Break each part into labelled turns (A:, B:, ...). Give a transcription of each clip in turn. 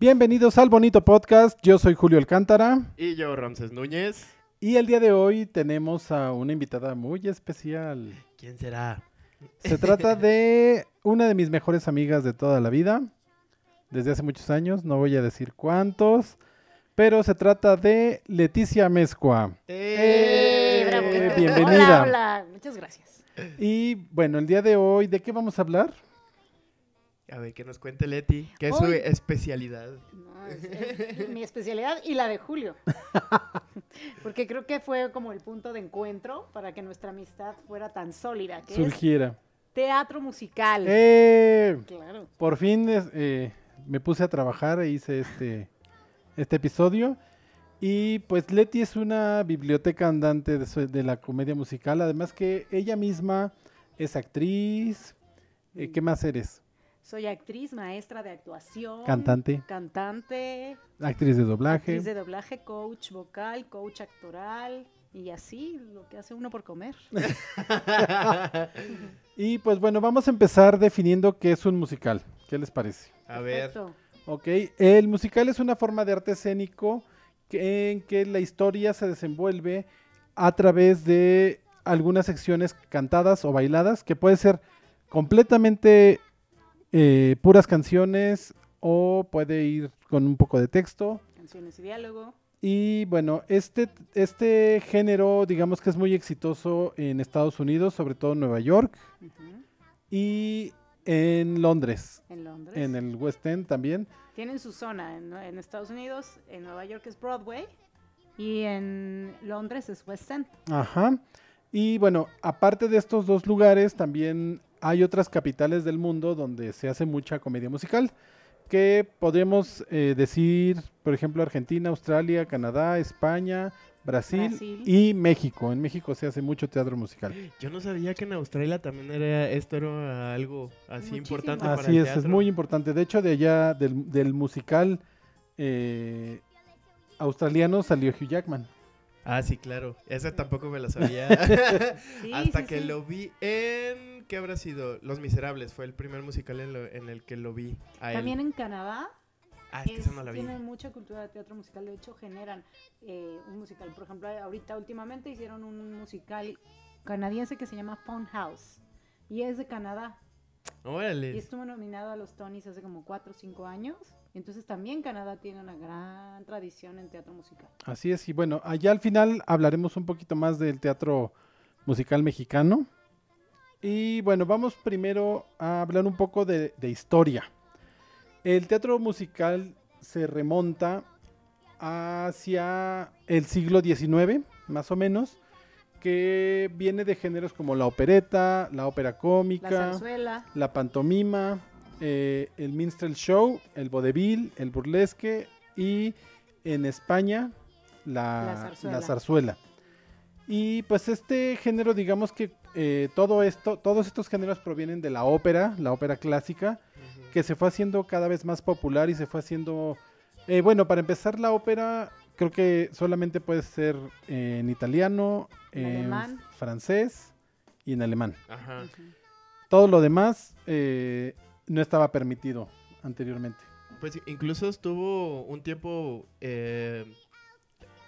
A: Bienvenidos al bonito podcast. Yo soy Julio Alcántara
B: Y yo, Ramses Núñez.
A: y el día de hoy tenemos a una invitada muy especial.
B: ¿Quién será?
A: Se trata de una de mis mejores amigas de toda la vida, desde hace muchos años, no voy a decir cuántos, pero se trata de Leticia Mezcua.
B: ¡Eh!
C: Sí, bravo.
A: Eh, bienvenida.
C: Hola, hola. Muchas gracias.
A: Y bueno, el día de hoy, ¿de qué vamos a hablar?
B: A ver, que nos cuente Leti, que es su
C: Hoy-
B: especialidad.
C: No, es- es mi especialidad y la de Julio. Porque creo que fue como el punto de encuentro para que nuestra amistad fuera tan sólida, que
A: Surgiera.
C: es teatro musical.
A: ¡Eh!
C: Claro.
A: Por fin es- eh, me puse a trabajar e hice este, este episodio. Y pues Leti es una biblioteca andante de, su- de la comedia musical. Además que ella misma es actriz. Eh, ¿Qué más eres?
C: Soy actriz, maestra de actuación.
A: Cantante,
C: Cantante,
A: actriz de doblaje.
C: actriz de doblaje, coach vocal, coach actoral y así lo que hace uno por comer.
A: Y pues bueno, vamos a empezar definiendo qué es un musical. ¿Qué les parece?
B: A ver.
C: Perfecto.
A: Ok, el musical es una forma de arte escénico que- en que la historia se desenvuelve a través de algunas secciones cantadas o bailadas, que puede ser completamente eh, puras canciones o puede ir con un poco de texto.
C: Canciones y diálogo.
A: Y bueno, este, este género digamos que es muy exitoso en Estados Unidos, sobre todo en Nueva York
C: Ujú.
A: y en Londres,
C: En Londres.
A: en el West End también.
C: Tienen su zona en, en Estados Unidos, en Nueva York es Broadway y en Londres es West End.
A: Ajá. Y bueno, aparte de estos dos lugares, también hay otras capitales del mundo donde se hace mucha comedia musical, que podemos eh, decir, por ejemplo, Argentina, Australia, Canadá, España, Brasil,
C: Brasil.
A: y México. En México se hace mucho teatro musical.
B: Yo no sabía que en Australia también era esto era algo así
C: Muchísimo.
B: importante para
A: Así
B: el
A: es,
B: teatro.
A: es muy importante. De hecho, de allá del, del musical eh, australiano salió Hugh Jackman.
B: Ah, sí, claro. Esa tampoco me la sabía.
C: Sí,
B: Hasta
C: sí,
B: que
C: sí.
B: lo vi en... ¿Qué habrá sido? Los Miserables. Fue el primer musical en, lo- en el que lo vi a él.
C: También en Canadá
B: Ah, es que esa no la vi.
C: tienen mucha cultura de teatro musical, de hecho generan eh, un musical, por ejemplo, ahorita últimamente hicieron un musical canadiense que se llama Phone House y es de Canadá y
B: Órale.
C: estuvo nominado a los Tonys hace como 4 o 5 años, entonces también Canadá tiene una gran tradición en teatro musical.
A: Así es, y bueno, allá al final hablaremos un poquito más del teatro musical mexicano. Y bueno, vamos primero a hablar un poco de, de historia. El teatro musical se remonta hacia el siglo XIX, más o menos, que viene de géneros como la opereta, la ópera
C: La
A: cómica,
C: zarzuela,
A: la pantomima, eh, el minstrel show, el vodevil, el burlesque y en España la,
C: La
A: la zarzuela.
C: zarzuela.
A: Y pues este género, digamos que eh, todo esto, todos estos géneros provienen de la ópera, la ópera clásica,
B: Ujú.
A: que se fue haciendo cada vez más popular y se fue haciendo, eh, bueno, para empezar la ópera creo que solamente puede ser eh, en italiano,
C: En
A: en
C: alemán.
A: francés y en alemán.
B: Ajá.
C: Ujú.
A: Todo lo demás eh, no estaba permitido anteriormente.
B: Pues incluso estuvo un tiempo, eh,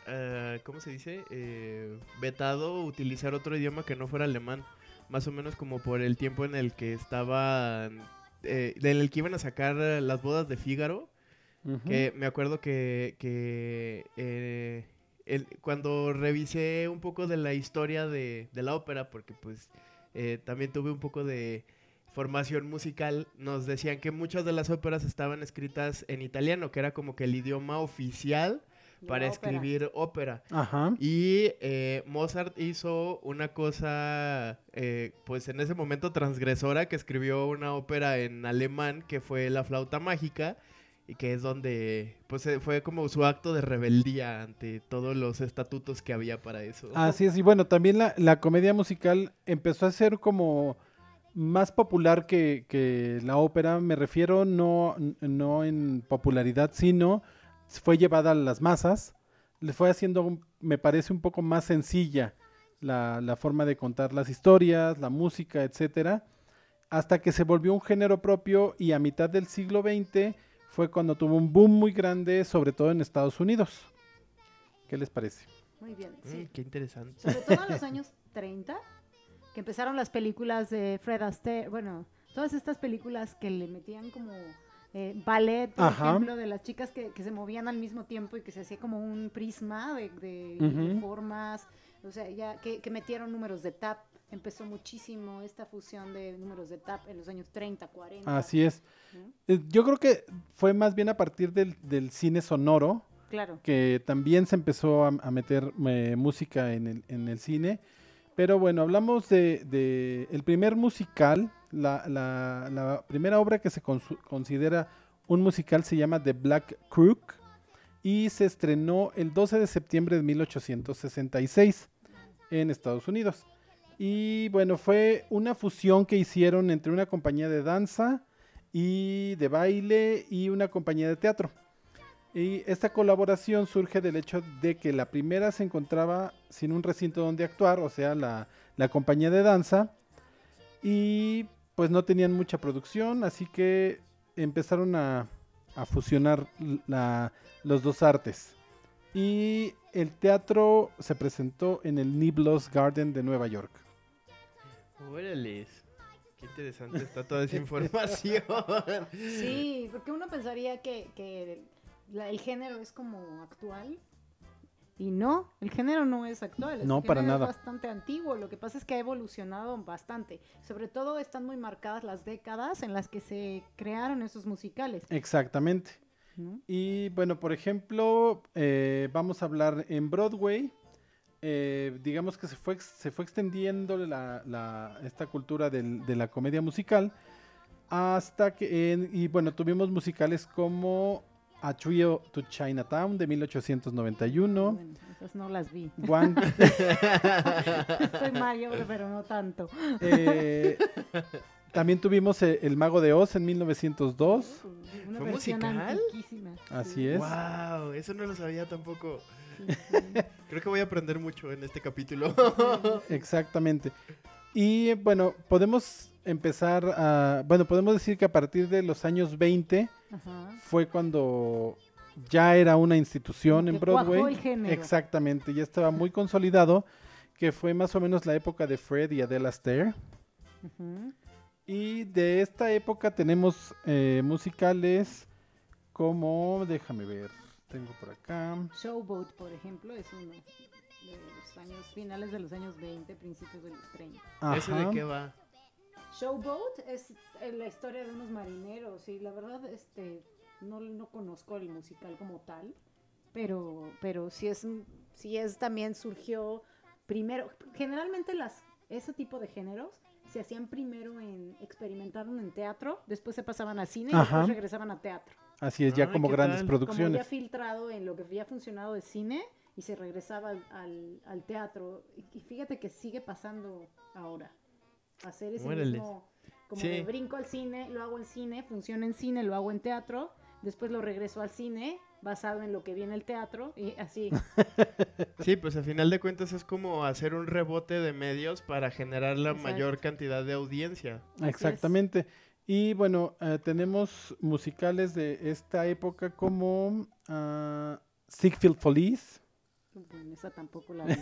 B: eh, ¿cómo se dice? Eh, vetado utilizar otro idioma que no fuera alemán, más o menos como por el tiempo en el que estaban, eh, en el que iban a sacar eh, las bodas de Fígaro, que me acuerdo que, que, eh, el- cuando revisé un poco de la historia de, de la ópera, porque pues eh, también tuve un poco de formación musical, nos decían que muchas de las óperas estaban escritas en italiano, que era como que el idioma oficial
C: De
B: para
C: la ópera.
B: escribir ópera.
A: Ajá.
B: Y eh, Mozart hizo una cosa, eh, pues en ese momento transgresora, que escribió una ópera en alemán que fue La flauta mágica, y que es donde, pues eh, fue como su acto de rebeldía ante todos los estatutos que había para eso.
A: Así es, y bueno, también la, la comedia musical empezó a ser como más popular que, que la ópera, me refiero no, no en popularidad, sino fue llevada a las masas, le fue haciendo, un- me parece, un poco más sencilla la, la forma de contar las historias, la música, etcétera, hasta que se volvió un género propio y a mitad del siglo XX fue cuando tuvo un boom muy grande, sobre todo en Estados Unidos. ¿Qué les parece?
C: Muy bien,
B: Mm,
C: sí.
B: qué interesante.
C: Sobre todo en los años 30, que empezaron las películas de Fred Astaire, bueno, todas estas películas que le metían como eh, ballet, por
A: Ajá.
C: ejemplo, de las chicas que, que se movían al mismo tiempo y que se hacía como un prisma de, de- de
A: Ujú.
C: formas, o sea, ya que, que metieron números de tap. Empezó muchísimo esta fusión de números de tap en los años 30, 40.
A: Así es.
C: ¿no?
A: Eh, Yo creo que fue más bien a partir del, del cine sonoro,
C: Claro.
A: que también se empezó a, a meter eh, música en el, en el cine. Pero bueno, hablamos de, de el primer musical, la, la- la primera obra que se consu- considera un musical se llama The Black Crook y se estrenó el 12 de septiembre de 1866 en Estados Unidos. Y bueno, fue una fusión que hicieron entre una compañía de danza y de baile y una compañía de teatro. Y esta colaboración surge del hecho de que la primera se encontraba sin un recinto donde actuar, o sea, la, la compañía de danza, y pues no tenían mucha producción, así que empezaron a, a fusionar l- la- los dos artes. Y el teatro se presentó en el Niblos Garden de Nueva York.
B: Órales. Qué interesante está toda esa información.
C: Sí, porque uno pensaría que, que la- el género es como actual. Y no, el género no es actual. el
A: No, para
C: género
A: nada.
C: Es bastante antiguo. Lo que pasa es que ha evolucionado bastante. Sobre todo están muy marcadas las décadas en las que se crearon esos musicales.
A: Eh, Exactamente.
C: ¿no?
A: Y bueno, por ejemplo, eh, vamos a hablar en Broadway. eh, digamos que se fue, ex- se fue extendiendo la- la- esta cultura del- de la comedia musical hasta que, en- y bueno, tuvimos musicales como A Trio to Chinatown de 1891,
C: Bueno, esas no las vi.
A: One,
C: Estoy mayor, pero no tanto.
A: eh, también tuvimos eh, El Mago de Oz en 1902,
C: Una
B: ¿Fue
C: versión
B: musical?
C: antiquísima.
A: Así
C: Sí,
A: es.
B: Wow, eso no lo sabía tampoco.
C: sí, sí.
B: Creo que voy a aprender mucho en este capítulo.
A: Exactamente. Y eh, bueno, podemos empezar a. Bueno, podemos decir que a partir de los años 20
C: Ajá.
A: fue cuando ya era una institución
C: Como
A: en
C: que cuajó el
A: Broadway.
C: género.
A: Exactamente, ya estaba muy consolidado, que fue más o menos la época de Fred y Adele Astaire.
C: Ujú.
A: Y de esta época tenemos eh, musicales como. Déjame ver, tengo por acá.
C: Showboat, por ejemplo, es uno de los años finales de los años 20, principios de los 30.
B: ¿Eso de
A: Ajá.
B: qué va?
C: Showboat es eh, la historia de unos marineros y la verdad este no, no conozco el musical como tal, pero pero sí es un- sí es también surgió primero, generalmente las ese tipo de géneros se hacían primero en experimentaron en teatro, después se pasaban a cine y
A: Ajá.
C: después regresaban a teatro.
A: Así es, ya
B: Ay,
A: como
B: Ah, ¿qué
A: grandes
B: tal?
C: como ya
A: producciones.
C: filtrado en lo que había funcionado de cine y se regresaba al, al- al teatro. Y- Y fíjate que sigue pasando ahora. Hacer ese
B: Órale.
C: mismo, como
B: Sí.
C: de brinco al cine, lo hago en cine, funciona en cine, lo hago en teatro, después lo regreso al cine, basado en lo que viene el teatro, y así.
B: Sí, pues a final de cuentas es como hacer un rebote de medios para generar la
C: Exacto.
B: mayor cantidad de audiencia.
C: Así es.
A: Exactamente. Y bueno, eh, tenemos musicales de esta época como ah, Ziegfeld Follies,
C: Bueno, esa tampoco la vi.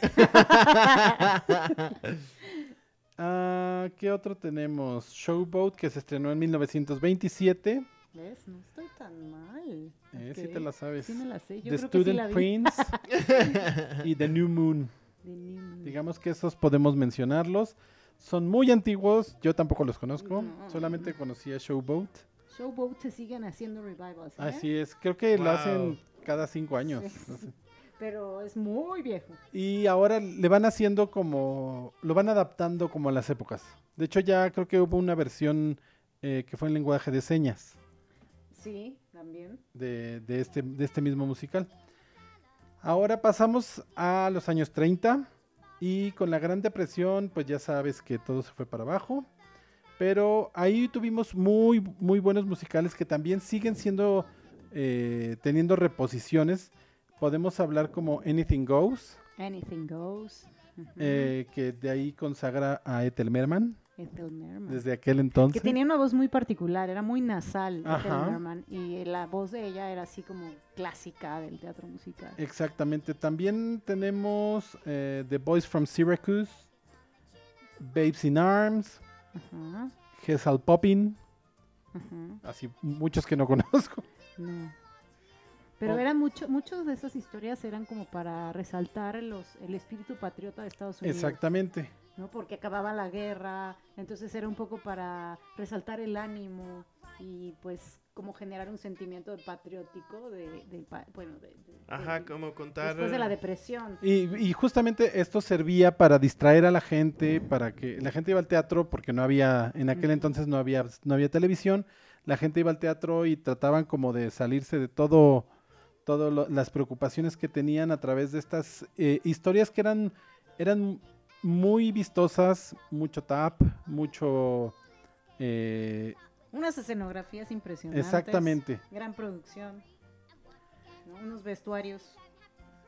A: ah, ¿Qué otro tenemos? Showboat, que se estrenó en 1927.
C: ¿Ves? No estoy tan mal.
A: Eh, sí
C: Ok.
A: te la sabes.
C: Sí me la sé.
A: The
C: Yo creo que sí
A: Student
C: la vi.
A: Prince y The New Moon.
C: De Newman.
A: Digamos que esos podemos mencionarlos. Son muy antiguos, yo tampoco los conozco.
C: No.
A: Solamente conocía Showboat.
C: Showboat se siguen haciendo revivals. ¿eh?
A: Así es, creo que lo
B: Wow.
A: hacen cada cinco años.
C: Sí.
A: no sé.
C: Pero es muy viejo.
A: Y ahora le van haciendo como. Lo van adaptando como a las épocas. De hecho, ya creo que hubo una versión eh, que fue en lenguaje de señas
C: Sí, también.
A: de, de este, de este mismo musical. Ahora pasamos a los años 30. Y con la Gran Depresión, pues ya sabes que todo se fue para abajo. Pero ahí tuvimos muy, muy buenos musicales que también siguen siendo. eh, teniendo reposiciones. Podemos hablar como Anything Goes.
C: Anything Goes. Ujú.
A: eh, que de ahí consagra a Ethel Merman.
C: Ethel Merman.
A: desde aquel
C: Ah. Que
A: entonces.
C: tenía una voz muy particular, era muy nasal
A: Ajá.
C: Ethel Merman. Y eh, la voz de ella era así como clásica del teatro musical.
A: Eh. Exactamente. También tenemos eh, The Boys from Syracuse, Babes in Arms,
C: Ajá,
A: Hessel Poppin,
C: ajá,
A: así muchos que no conozco.
C: no. Pero
A: Oh.
C: eran mucho, muchos de esas historias eran como para resaltar los, el espíritu patriota de Estados Unidos.
A: Exactamente.
C: ¿no? Porque acababa la guerra, entonces era un poco para resaltar el ánimo y pues como generar un sentimiento patriótico de, del pa- bueno, de, de-
B: Ajá,
C: del-
B: como contar.
C: después de la
B: eh,
C: depresión.
A: Y, y justamente esto servía para distraer a la gente, para que la gente iba al teatro porque no había, en aquel
C: Ujú.
A: entonces no había, no había televisión, la gente iba al teatro y trataban como de salirse de todo, todas las preocupaciones que tenían a través de estas eh, historias que eran, eran muy vistosas, mucho tap, mucho... eh,
C: Unas escenografías impresionantes.
A: exactamente.
C: Gran producción. ¿no? Unos vestuarios.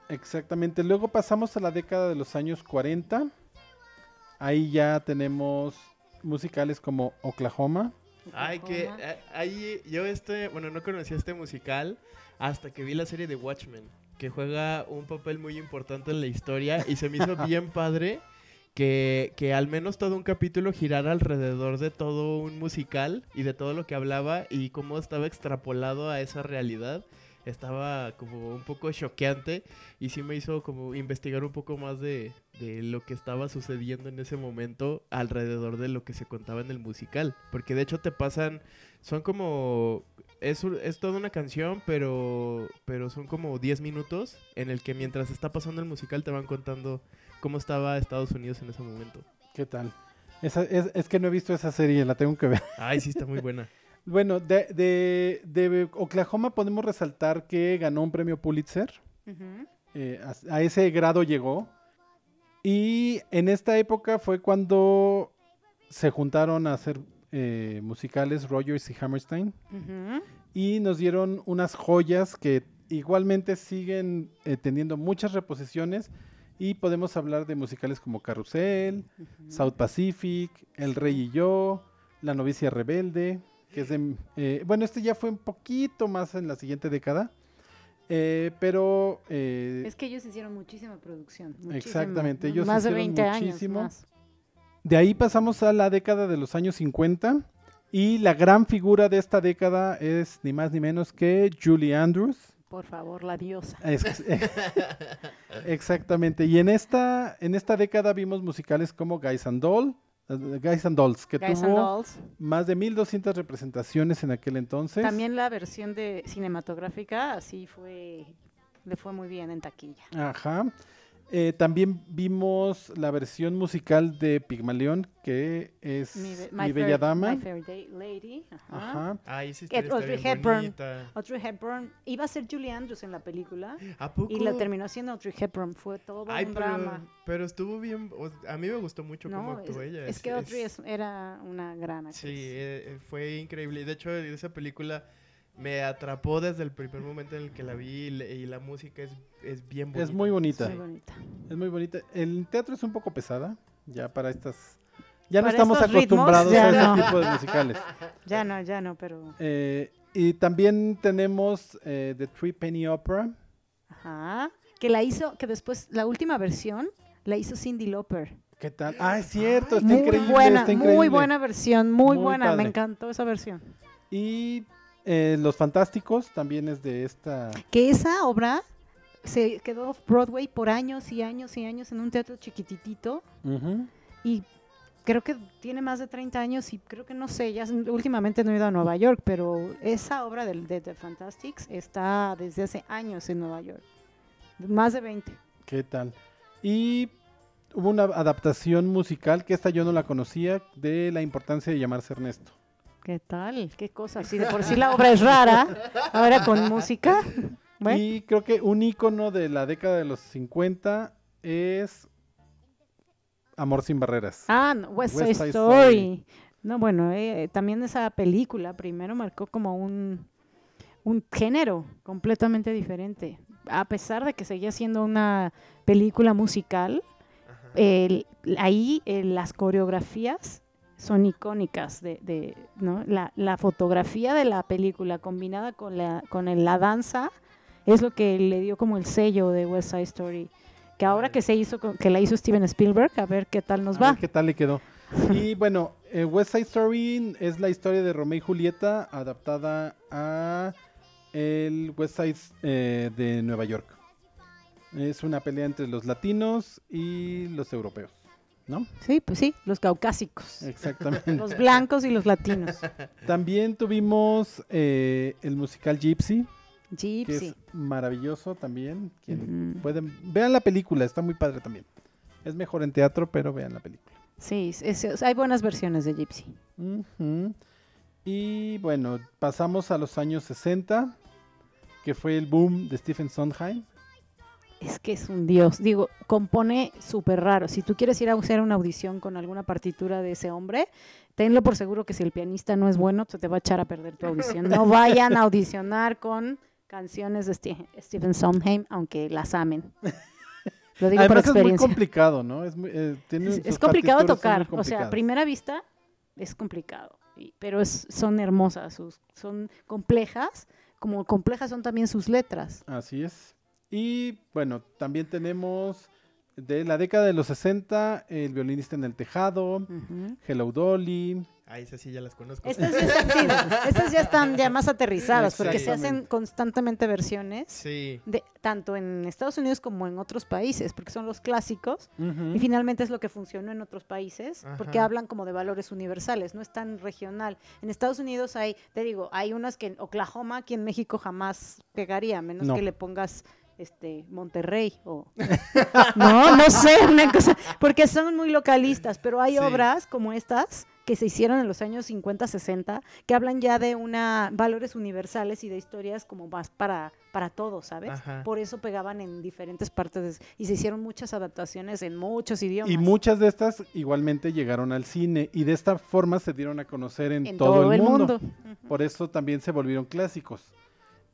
A: Exactamente. Luego pasamos a la década de los años 40. Ahí ya tenemos musicales como Oklahoma.
B: Ay, que
C: Oklahoma.
B: eh, ahí yo este, bueno, no conocía este musical hasta que vi la serie de Watchmen, que juega un papel muy importante en la historia y se me hizo bien padre que, que al menos todo un capítulo girara alrededor de todo un musical y de todo lo que hablaba y cómo estaba extrapolado a esa realidad. Estaba como un poco choqueante y sí me hizo como investigar un poco más de, de lo que estaba sucediendo en ese momento alrededor de lo que se contaba en el musical. Porque de hecho te pasan, son como, es, un- es toda una canción, pero, pero son como 10 minutos en el que mientras está pasando el musical te van contando cómo estaba Estados Unidos en ese momento.
A: ¿Qué tal? Esa- es, es que no he visto esa serie, la tengo que ver.
B: Ay, sí, está muy buena.
A: Bueno, de, de- de Oklahoma podemos resaltar que ganó un premio Pulitzer.
C: Ujú.
A: eh, a, a ese grado llegó. Y en esta época fue cuando se juntaron a hacer eh, musicales Rogers y Hammerstein.
C: Ujú.
A: y nos dieron unas joyas que igualmente siguen eh, teniendo muchas reposiciones y podemos hablar de musicales como Carrusel,
C: Ujú.
A: South Pacific, El Rey y yo, La novicia rebelde, que es de, eh, bueno, este ya fue un poquito más en la siguiente década, eh, pero eh,
C: Es que ellos hicieron muchísima producción. muchísima,
A: Exactamente,
C: ¿no?
A: ellos
C: más de
A: hicieron
C: 20 años.
A: muchísimo.
C: Más.
A: De ahí pasamos a la década de los años 50 y la gran figura de esta década es ni más ni menos que Julie Andrews.
C: Por favor, la diosa.
A: Ex- Exactamente. Y en esta, en esta década vimos musicales como Guys and, Doll, eh, Guys and Dolls, que
C: Guys and
A: tuvo
C: Dolls.
A: más de 1200 representaciones en aquel entonces.
C: También la versión de cinematográfica así fue le fue muy bien en taquilla.
A: Ajá. Eh, también vimos la versión musical de Pigmalión, que es Mi,
C: Be- My
A: Bella
C: Fair-
A: Dama.
C: My Fair Day- Lady. ajá.
A: Ajá.
B: Ay, sí,
C: Que
B: está
C: Audrey
B: bien
C: Hepburn.
B: bonita.
C: Audrey Hepburn iba a ser Julie Andrews en la película
B: ¿A poco?
C: y la terminó siendo Audrey Hepburn. Fue todo
B: Ay,
C: un
B: pero,
C: drama.
B: pero estuvo bien, o- a mí me gustó mucho cómo
C: No, es,
B: actuó ella.
C: es que Audrey es- era una gran actriz.
B: Sí, eh, eh, fue increíble. Y De hecho, esa película me atrapó desde el primer momento en el que la vi y, le- y la música es, es bien bonita.
A: Es muy bonita.
C: Muy bonita.
A: Es muy bonita. El teatro es un poco pesada, ya para estas... Ya no
C: Para
A: estamos
C: estos ritmos,
A: acostumbrados
C: ya
A: a ese
C: no.
A: tipo de musicales.
C: Ya no, ya no, pero
A: Eh, y también tenemos eh, The Three Penny Opera.
C: ajá, que la hizo que después la última versión la hizo Cindy Lauper.
A: ¿Qué tal? Ah, es cierto, está
C: muy
A: increíble.
C: buena,
A: está
C: muy
A: increíble.
C: buena versión, muy,
A: Muy
C: buena,
A: padre.
C: me encantó esa versión.
A: Y eh, Los Fantásticos también es de esta.
C: que esa obra se quedó off Broadway por años y años y años en un teatro chiquititito
A: Ujú.
C: y creo que tiene más de 30 años y creo que no sé, ya s- últimamente no he ido a Nueva York, pero esa obra del- de, The Fantastics está desde hace años en Nueva York, más de 20.
A: ¿Qué tal? Y hubo una adaptación musical que esta yo no la conocía de la importancia de llamarse Ernesto.
C: ¿Qué tal? ¿Qué cosa? Si de por sí la obra es rara, ahora con música. Bueno,
A: Y creo que un icono de la década de los 50 es Amor sin barreras.
C: ah, no, West Side
A: West Side
C: Story. No, bueno, eh, también esa película primero marcó como un, un género completamente diferente. A pesar de que seguía siendo una película musical,
B: Ajá.
C: el- ahí eh, las coreografías son icónicas de, de ¿no? la, la fotografía de la película combinada con la, con el- la danza es lo que le dio como el sello de West Side Story. Que ahora que se hizo, con- que la hizo Steven Spielberg, a ver qué tal nos
A: A
C: va.
A: ver qué tal le quedó. Y bueno, eh, West Side Story es la historia de Romeo y Julieta adaptada a el West Side eh, de Nueva York. Es una pelea entre los latinos y los europeos, ¿no?
C: Sí, pues sí, los caucásicos.
A: Eh, Exactamente.
C: Los blancos y los latinos.
A: También tuvimos eh, el musical Gypsy, que
C: Gypsy.
A: es maravilloso también. Quien
C: Ujú.
A: pueden, vean la película, está muy padre también. Es mejor en teatro, pero vean la película.
C: Sí, es- es- hay buenas versiones de Gypsy.
A: Ujú. Y bueno, pasamos a los años 60, que fue el boom de Stephen Sondheim.
C: Es que es un dios. Digo, compone súper raro. Si tú quieres ir a hacer una audición con alguna partitura de ese hombre, tenlo por seguro que si el pianista no es bueno, se te va a echar a perder tu audición. No vayan a audicionar con canciones de Ste- Stephen Sondheim, aunque las amen. Lo digo por
A: Además es muy
C: experiencia.
A: complicado, ¿no? Es, muy- eh, tiene
C: Es,
A: sus
C: es complicado
A: partituras son
C: tocar,
A: muy
C: o sea, a
A: complicadas.
C: primera vista es complicado, y- pero es, son hermosas, sus, son complejas, como complejas son también sus letras.
A: Así es. Y bueno, también tenemos de la década de los 60, El violinista en el tejado, Hello Dolly.
B: Ah, esas sí ya las conozco.
C: Estas ya están chidas, estas ya están ya más aterrizadas, porque se hacen
A: Exactamente.
C: constantemente versiones,
B: Sí.
C: de, tanto en Estados Unidos como en otros países, porque son los clásicos,
A: Ujú.
C: Y finalmente es lo que funcionó en otros países, porque
B: Ajá.
C: hablan como de valores universales, no es tan regional. En Estados Unidos hay, te digo, hay unas que en Oklahoma, aquí en México jamás pegaría, a menos
A: No.
C: que le pongas este Monterrey o no, no sé, una cosa, porque son muy localistas, pero hay
B: Sí.
C: obras como estas que se hicieron en los años 50, 60, que hablan ya de una valores universales y de historias como más para para todos, ¿sabes?
B: Ajá.
C: Por eso pegaban en diferentes partes de- y se hicieron muchas adaptaciones en muchos idiomas.
A: Y muchas de estas igualmente llegaron al cine y de esta forma se dieron a conocer en,
C: en todo, el mundo. Ujú.
A: Por eso también se volvieron clásicos.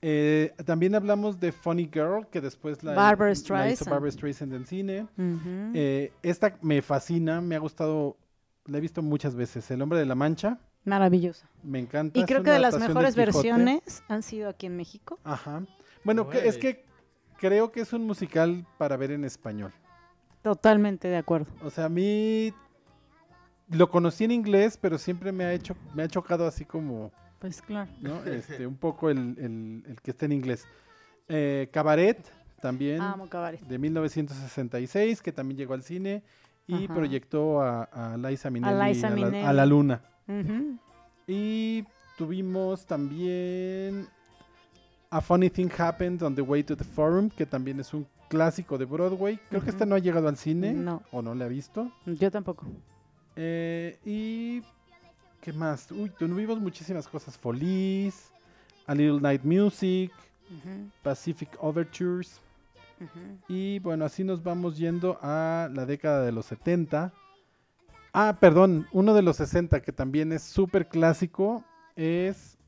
A: Eh, también hablamos de Funny Girl, que después la,
C: Barbra
A: la hizo
C: Streisand. Mm.
A: Barbra Streisand en cine.
C: Ujú.
A: Eh, esta me fascina, me ha gustado, la he visto muchas veces. El Hombre de la Mancha,
C: Maravillosa.
A: me encanta.
C: Y
A: es
C: creo que
A: una
C: de las
A: adaptación
C: mejores
A: del Quijote.
C: versiones han sido aquí en México.
A: Ajá. Bueno, que- es
B: Órale.
A: que creo que es un musical para ver en español.
C: Totalmente de acuerdo.
A: O sea, a mí lo conocí en inglés, pero siempre me ha hecho, me ha chocado así como...
C: Pues claro.
A: ¿no? Este, un poco el, el- el que está en inglés. Eh, Cabaret, también,
C: Amo Cabaret.
A: de 1966, que también llegó al cine y
C: Ajá.
A: proyectó a, a Liza Minnelli a,
C: Liza
A: la- a
C: Minnelli.
A: La, luna.
C: Ujú.
A: Y tuvimos también A Funny Thing Happened on the Way to the Forum, que también es un clásico de Broadway. Creo que
C: Ujú.
A: este no ha llegado al cine
C: No.
A: o no le ha visto.
C: Yo tampoco.
A: Eh, y. ¿Qué más? Uy, tuvimos muchísimas cosas. Folies, A Little Night Music,
C: Ujú,
A: Pacific Overtures.
C: ujú.
A: Y bueno, así nos vamos yendo a la década de los 70. Ah, perdón, uno de los 60 que también es súper clásico es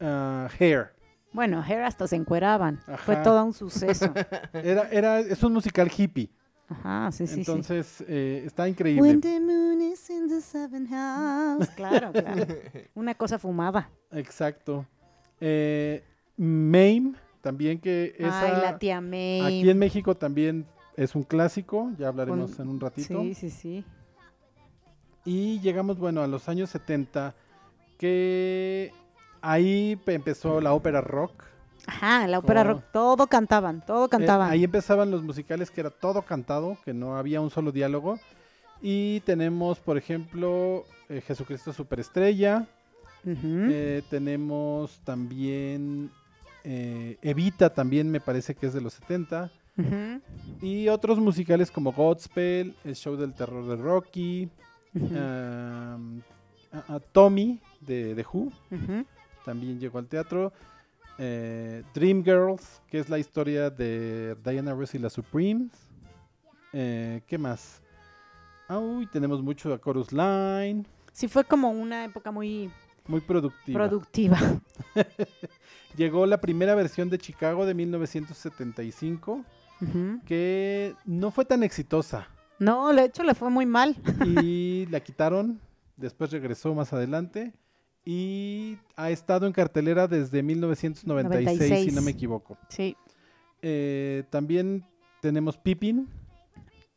A: ah, Hair.
C: Bueno, Hair hasta se encueraban.
A: Ajá.
C: Fue todo un suceso.
A: Era, era, es un musical hippie.
C: Ajá, sí, sí, sí.
A: entonces eh, está increíble.
C: When the moon is in the seventh house. Claro, claro. Una cosa fumada.
A: Exacto. Eh, Mame, también que esa...
C: Ay, la tía May.
A: Aquí en México también es un clásico, ya hablaremos
C: Con-
A: en un ratito.
C: Sí, sí, sí.
A: Y llegamos, bueno, a los años 70, que ahí pe- empezó la ópera rock.
C: Ajá, la ópera
A: Todo.
C: rock, todo cantaban, todo
A: Oh. Eh,
C: cantaban.
A: ahí empezaban los musicales que era todo cantado, que no había un solo diálogo. Y tenemos, por ejemplo, eh, Jesucristo Superestrella.
C: Ujú.
A: Eh, tenemos también eh, Evita, también me parece que es de los 70.
C: Ujú,
A: Y otros musicales como Godspell, El Show del Terror de Rocky,
C: ujú,
A: eh, am, Em, a- a Tommy de The Who
C: ujú.
A: también llegó al teatro. Eh, Dream Girls, que es la historia de Diana Ross y las Supremes. Eh, ¿Qué más? Ah, Uy, tenemos mucho a Chorus Line,
C: Sí, fue como una época muy
A: muy productiva.
C: productiva.
A: llegó la primera versión de Chicago de 1975,
C: Ujú.
A: que no fue tan exitosa
C: No, de hecho le fue muy mal.
A: y la quitaron después regresó más adelante y ha estado en cartelera desde 1996,
C: 96.
A: si no me equivoco.
C: Sí.
A: Eh, también tenemos Pippin,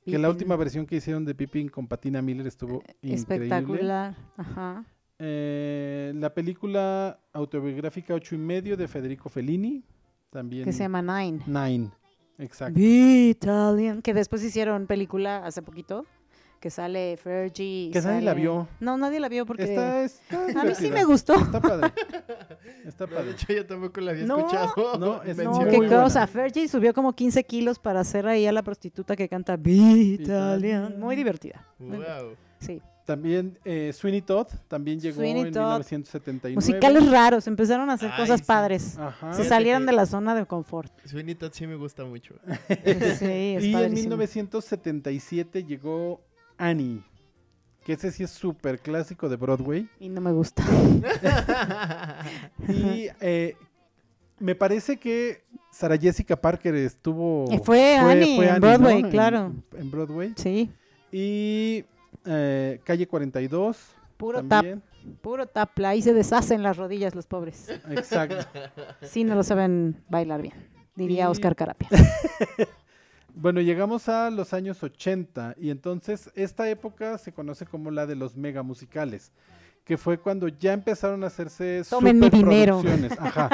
A: que la última versión que hicieron de Pippin con Patina Miller estuvo increíble.
C: Eh, Espectacular. Ajá.
A: Eh, la película autobiográfica ocho y medio de Federico Fellini, también
C: Que se llama Nine.
A: Nine, exacto.
C: The Italian. Que después hicieron película hace poquito. Que sale Fergie.
A: Que nadie la
C: sale-
A: vio.
C: No, nadie la vio porque.
A: Está, está
C: A mí sí
A: divertida,
C: me gustó.
A: Está padre. Está
B: No, de
A: padre.
B: hecho, yo tampoco la había
C: No,
B: escuchado.
A: no, es-
C: No,
A: Mención.
C: qué
A: Muy buena.
C: cosa. Fergie subió como 15 kilos para hacer ahí a la prostituta que canta The Italian.
A: Italian.
C: Muy divertida. Muy bien.
B: Wow.
C: Sí.
A: También eh, Sweeney Todd también llegó
C: Sweeney
A: en
C: Todd.
A: 1979.
C: Musicales raros. Empezaron a hacer
B: Ay,
C: cosas
B: sí.
C: padres.
A: Ajá.
B: Fíjate
C: Se salieron
B: que-
C: de la zona de confort.
B: Sweeney Todd sí me gusta mucho.
C: Sí, es
A: y en
C: padrísimo.
A: 1977 llegó Annie, que ese sí es súper clásico de Broadway.
C: Y no me gusta.
A: Y eh, me parece que Sara Jessica Parker estuvo...
C: Eh, fue Annie en Broadway,
A: En-
C: claro.
A: En, Broadway.
C: Sí.
A: Y eh, Calle 42.
C: Puro tap,
A: también.
C: puro tapla. Ahí se deshacen las rodillas los pobres.
A: Exacto.
C: Sí, no lo saben bailar bien. Diría
A: Y-
C: Oscar Carapia.
A: Bueno, llegamos a los años 80 y entonces esta época se conoce como la de los mega musicales, que fue cuando ya empezaron a hacerse
C: Tomen mi dinero.
A: superproducciones, ajá.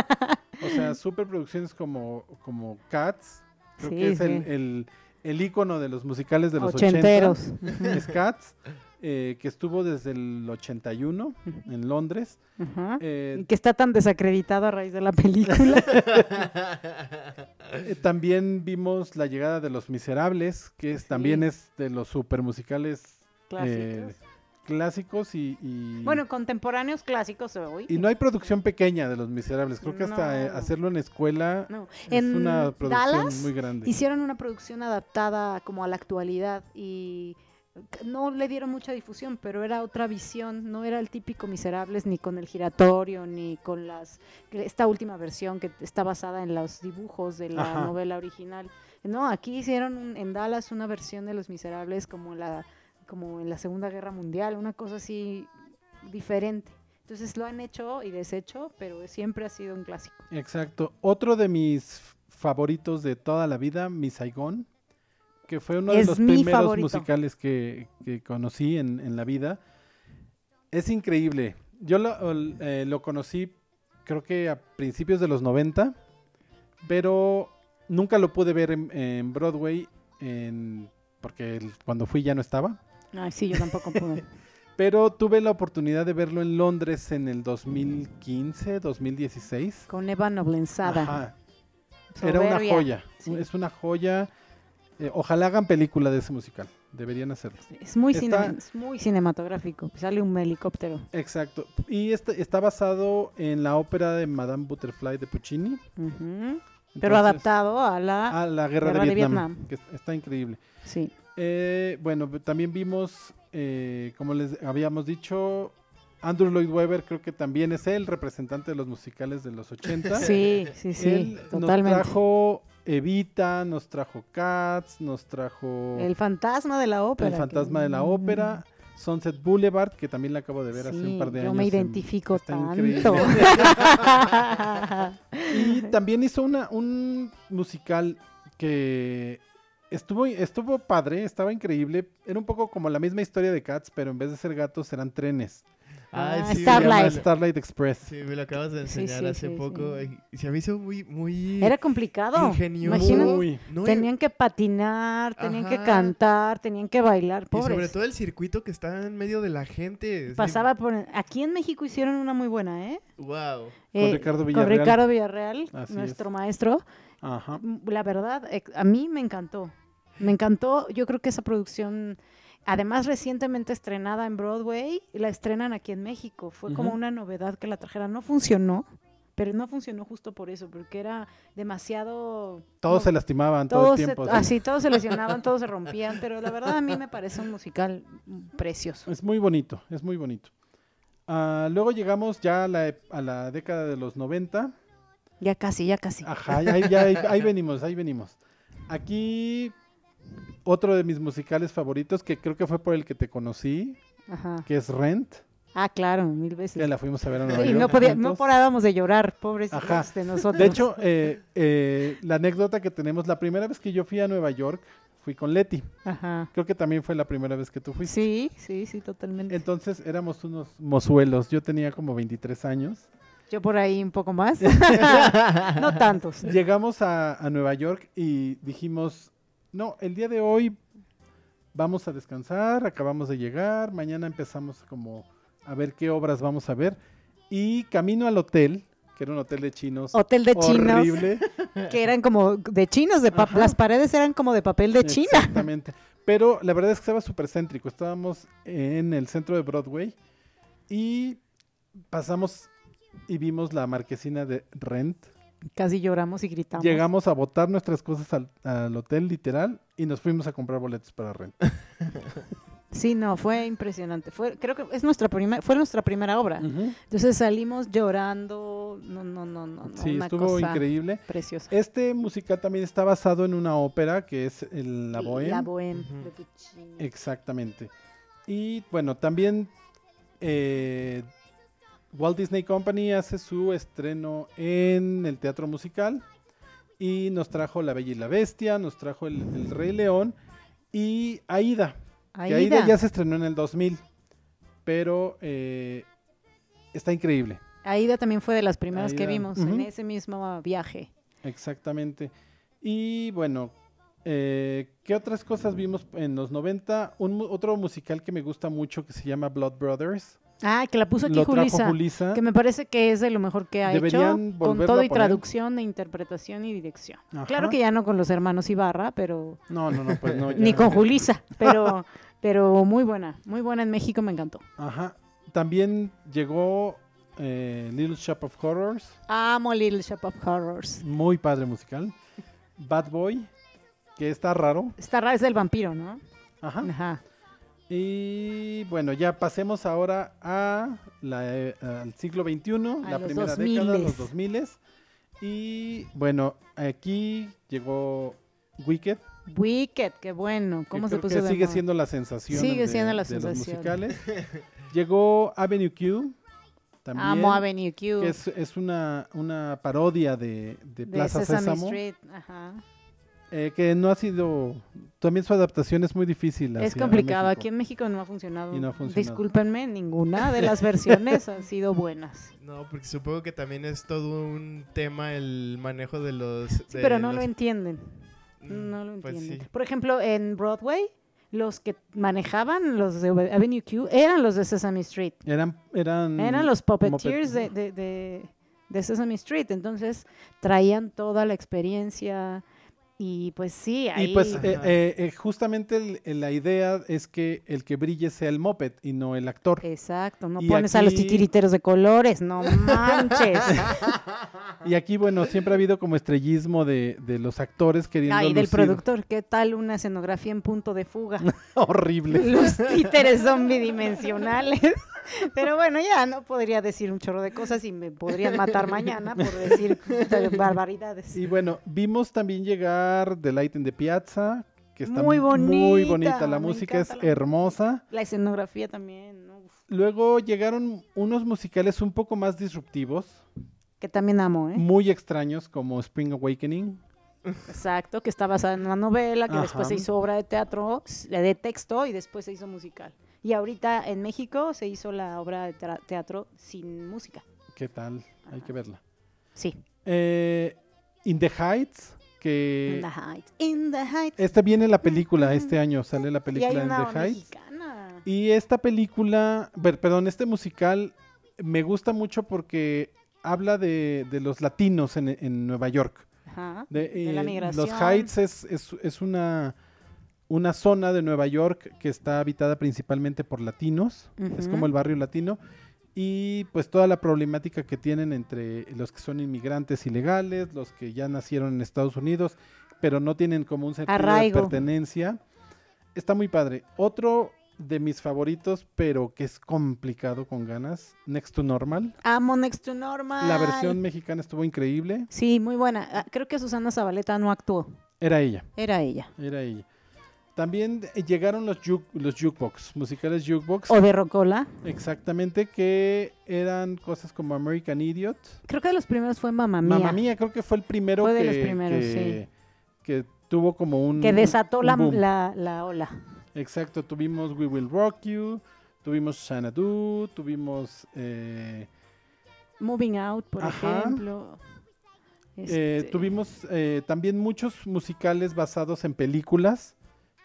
A: O sea, superproducciones como como Cats, creo
C: Sí,
A: que es el,
C: sí.
A: el, el ícono de los musicales de los 80.
C: Ochenteros.
A: Es Cats, eh, que estuvo desde el 81 en Londres.
C: Ajá.
A: Eh,
C: Y que está tan desacreditado a raíz de la película.
A: Eh, también vimos la llegada de Los Miserables, que es, también
C: Sí.
A: es de los super musicales
C: Clásicos.
A: clásicos y, Eh, y-
C: Bueno, contemporáneos clásicos hoy.
A: y no hay producción pequeña de Los Miserables. Creo que hasta eh,
C: No.
A: hacerlo en escuela
C: No.
A: es
C: en
A: una producción
C: Dallas
A: muy grande.
C: hicieron una producción adaptada como a la actualidad y c- no le dieron mucha difusión, pero era otra visión, no era el típico Miserables ni con el giratorio ni con las que esta última versión que está basada en los dibujos de la
A: Ajá.
C: novela original. No, aquí hicieron un- en Dallas una versión de Los Miserables como la como en la Segunda Guerra Mundial, una cosa así diferente. Entonces lo han hecho y deshecho, pero siempre ha sido un clásico.
A: Exacto. Otro de mis f- favoritos de toda la vida, Mi Saigón, que fue uno de
C: Es
A: los
C: mi
A: primeros
C: favorito.
A: musicales que, que conocí en, en la vida. Es increíble. Yo lo, ol- eh, lo conocí creo que a principios de los 90, pero nunca lo pude ver en, en Broadway en- porque el- cuando fui ya no estaba.
C: Ay, sí, yo tampoco pude.
A: Pero tuve la oportunidad de verlo en Londres en el 2015, 2016.
C: Con Eva Noblenzada.
A: Ajá. Era una
C: Soberbia.
A: joya.
C: sí.
A: Es una joya. Eh, ojalá hagan película de ese musical. Deberían hacerlo.
C: Es muy,
A: Está-
C: cine- es muy cinematográfico. Sale un helicóptero.
A: Exacto. Y este está basado en la ópera de Madame Butterfly de Puccini.
C: Ujú. Pero
A: Entonces, ah,
C: adaptado a la...
A: A la guerra, de, Vietnam,
C: Vietnam.
A: que es- está increíble.
C: Sí.
A: Eh, bueno, b- también vimos, eh, como les habíamos dicho, Andrew Lloyd Webber creo que también es el representante de los musicales de los 80.
C: Sí, sí, sí.
A: eh, Él
C: totalmente.
A: nos trajo Evita, nos trajo Cats, nos trajo...
C: El fantasma de la ópera.
A: El
C: que-
A: fantasma de la ópera, Sunset Boulevard, que también la acabo de ver hace un
C: Sí,
A: par de
C: yo
A: años.
C: me
A: en-
C: identifico
A: está increíble.
C: tanto.
A: Y también hizo una, un musical que estuvo, estuvo padre, estaba increíble. Era un poco como la misma historia de Cats, pero en vez de ser gatos eran trenes.
B: Ay,
C: Ah,
B: sí,
A: Se llama
C: Starlight.
A: Starlight Express.
B: Sí, me lo acabas de
C: Sí,
B: enseñar
C: sí,
B: hace
C: sí,
B: poco.
C: sí.
B: y Se me hizo muy, muy
C: Era complicado.
B: ingenioso.
C: Imagínate,
A: Muy.
B: No, y-
C: Tenían que patinar, tenían que
B: Ajá.
C: cantar, tenían que bailar.
B: y
C: Pobres.
B: sobre todo el circuito que está en medio de la gente. es
C: Pasaba por... Aquí en México hicieron una muy buena, ¿eh?
B: de- Wow.
A: Con
C: Eh,
A: Ricardo
C: Con
A: Villarreal.
C: Ricardo Villarreal,
A: Así
C: nuestro maestro.
A: Ajá.
C: M- Mm, La verdad, ex- a mí me encantó. Me encantó. Yo creo que esa producción, además recientemente estrenada en Broadway, la estrenan aquí en México. Fue como
A: Ujú.
C: una novedad que la trajera. No funcionó, pero no funcionó justo por eso, porque era demasiado...
A: Todos
C: no,
A: se lastimaban todo el
C: todos se-
A: tiempo. así.
C: así, todos se lesionaban, todos se rompían, pero la verdad a mí me parece un musical mm, precioso.
A: Es muy bonito, es muy bonito. Ah, luego llegamos ya a la, e- a la década de los 90.
C: Ya casi, ya casi.
A: Ajá, ahí, ya, ahí, ahí venimos, ahí venimos. Aquí otro de mis musicales favoritos, que creo que fue por el que te conocí,
C: Ajá.
A: que es Rent,
C: Ah, claro, mil
A: que
C: veces.
A: la fuimos a ver a Nueva
C: Y
A: York
C: no, podía- no
A: juntos.
C: parábamos de llorar, pobrecitos
A: Ajá.
C: de nosotros.
A: De hecho, eh, eh, la anécdota que tenemos, la primera vez que yo fui a Nueva York, fui con Leti.
C: Ajá.
A: Creo que también fue la primera vez que tú fuiste.
C: Sí, sí, sí, totalmente.
A: Entonces éramos unos mozuelos. Yo tenía como 23 años.
C: Yo por ahí un poco más. no tantos.
A: Llegamos a, a Nueva York y dijimos, no, el día de hoy vamos a descansar, acabamos de llegar, mañana empezamos como a ver qué obras vamos a ver. Y camino al hotel, que era un hotel de chinos.
C: Hotel de chinos,
A: horrible.
C: que eran como de chinos, de pa-
A: Ajá.
C: las paredes eran como de papel de China.
A: Exactamente. Pero la verdad es que estaba súper céntrico. Estábamos en el centro de Broadway y pasamos y vimos la marquesina de Rent.
C: Casi lloramos y gritamos.
A: Llegamos a botar nuestras cosas al, al hotel, literal, y nos fuimos a comprar boletos para Rent.
C: Sí, no, fue impresionante. Fue, creo que es nuestra primera, fue nuestra primera obra.
A: Ujú.
C: Entonces salimos llorando. No, no, no, no. no,
A: Sí,
C: una
A: estuvo
C: cosa
A: increíble.
C: Preciosa.
A: Este musical también está basado en una ópera que es el La Bohème. Eh,
C: La Bohème.
B: Ujú.
D: de Puccini.
A: Exactamente. Y bueno, también eh, Walt Disney Company hace su estreno en el teatro musical y nos trajo La Bella y la Bestia, nos trajo El, el Rey León y Aida. Que Aida
C: Aida.
A: ya se estrenó en el 2000, pero eh, está increíble.
C: Aida también fue de las primeras que
A: Aida,
C: vimos
A: ujú.
C: en ese mismo viaje.
A: Exactamente. Y bueno, eh, ¿qué otras cosas vimos en los 90? Un, mu- otro musical que me gusta mucho que se llama Blood Brothers.
C: Ah, que la puso aquí
A: lo trajo
C: Julissa.
A: Julissa.
C: Que me parece que es de lo mejor que ha
A: Deberían
C: hecho, con
A: volverlo
C: todo
A: a
C: y
A: poner.
C: traducción e interpretación y dirección.
A: Ajá.
C: Claro que ya no con los hermanos Ibarra, pero
A: No, no, no, pues no.
C: ni
A: ya.
C: con Julisa, pero pero muy buena, muy buena en México, me encantó.
A: Ajá. También llegó eh, Little Shop of Horrors,
C: Amo Little Shop of Horrors.
A: muy padre musical. Bad Boy, que está raro.
C: Está raro, es del vampiro, ¿no?
A: Ajá.
C: Ajá.
A: Y bueno, ya pasemos ahora a la, eh, al siglo XXI,
C: A
A: la
C: los
A: primera década,
C: 2000s.
A: los 2000. Y bueno, aquí llegó Wicked,
C: Wicked, qué bueno.
A: que
C: ¿Cómo se
A: creo
C: puso
A: que
C: de
A: sigue
C: moda?
A: siendo la sensación
C: Sigue
A: de-
C: siendo la
A: de los
C: sensación.
A: musicales. llegó Avenue Q, también.
C: Amo Avenue Q.
A: que es, es una, una parodia de, de
C: de
A: Plaza
C: Sesame
A: Sésamo,
C: Street. Ajá.
A: eh, que no ha sido, también su adaptación es muy difícil.
C: Es
A: hacia
C: complicado,
A: México.
C: aquí en México no ha funcionado.
A: Y no ha funcionado.
C: Discúlpenme, ninguna de las versiones han sido buenas.
B: No, porque supongo que también es todo un tema el manejo de los.
C: Sí,
B: de
C: pero no lo
B: los-
C: entienden.
B: Mm,
C: No lo
B: pues
C: entienden.
B: sí.
C: Por ejemplo, en Broadway, los que manejaban los de Avenue Q eran los de Sesame Street.
A: Eran, eran,
C: Eran los puppeteers de,
A: Mm, Muppet.
C: de, de- de Sesame Street. Entonces, traían toda la experiencia. Y pues sí, ahí...
A: Y pues
B: Ajá.
A: eh, eh, eh, justamente el- el- la idea es que el que brille sea el moped y no el actor.
C: Exacto, no
A: y
C: pones a los
A: aquí-
C: titiriteros de colores, no manches.
A: Y aquí, bueno, siempre ha habido como estrellismo de, de los actores queriendo
C: Ah, y del
A: lucir
C: productor, ¿qué tal una escenografía en punto de fuga?
A: horrible.
C: Los títeres son bidimensionales. Pero bueno, ya no podría decir un chorro de cosas y me podrían matar mañana por decir barbaridades.
A: Y bueno, vimos también llegar The Light in the Piazza, que está
C: Muy
A: muy
C: bonita,
A: bonita. La
C: me
A: música es
C: encanta la-
A: hermosa.
C: La escenografía también, ¿no? Uf,
A: Luego llegaron unos musicales un poco más disruptivos,
C: que también amo, ¿eh?
A: muy extraños, como Spring Awakening.
C: Exacto, que está basada en una novela, que después
A: Ajá.
C: se hizo obra de teatro, s- de texto y después se hizo musical. Y ahorita en México se hizo la obra de tra- teatro sin música.
A: ¿Qué tal? Hay que verla.
C: Sí.
A: Eh, In the Heights, que
C: In the Heights. In the Heights.
A: esta viene la película este año, sale la
C: Y
A: película
C: hay
A: In
C: una
A: the Heights.
C: mexicana.
A: Y esta película, ver, perdón, este musical me gusta mucho porque habla de, de los latinos en, en Nueva York.
C: Ajá.
A: De,
C: De la
A: eh,
C: migración.
A: Los Heights es, es- es una, una zona de Nueva York que está habitada principalmente por latinos. Es
C: Ujú.
A: como el barrio latino. Y pues toda la problemática que tienen entre los que son inmigrantes ilegales, los que ya nacieron en Estados Unidos, pero no tienen como un sentido
C: Arraigo.
A: de pertenencia. Está muy padre. Otro de mis favoritos, pero que es complicado con ganas, Next to Normal.
C: Amo Next to Normal.
A: La versión mexicana estuvo increíble.
C: Sí, muy buena. Ah, Creo que Susana Zabaleta no actuó.
A: Era ella.
C: Era ella.
A: Era ella. También eh, llegaron los, ju- los jukebox, musicales jukebox.
C: O de Rocola.
A: Exactamente, que eran cosas como American Idiot.
C: Creo que de los primeros fue Mamma Mía.
A: Mamma Mía, creo que fue el primero
C: Fue de
A: que,
C: los primeros,
A: que, que tuvo como un...
C: Que desató
A: mm, un
C: la,
A: boom.
C: la, la ola.
A: Exacto, tuvimos We Will Rock You, tuvimos Xanadu, tuvimos... eh,
C: Moving Out, por
A: Ajá.
C: ejemplo.
A: eh,
C: Este,
A: tuvimos eh, también muchos musicales basados en películas,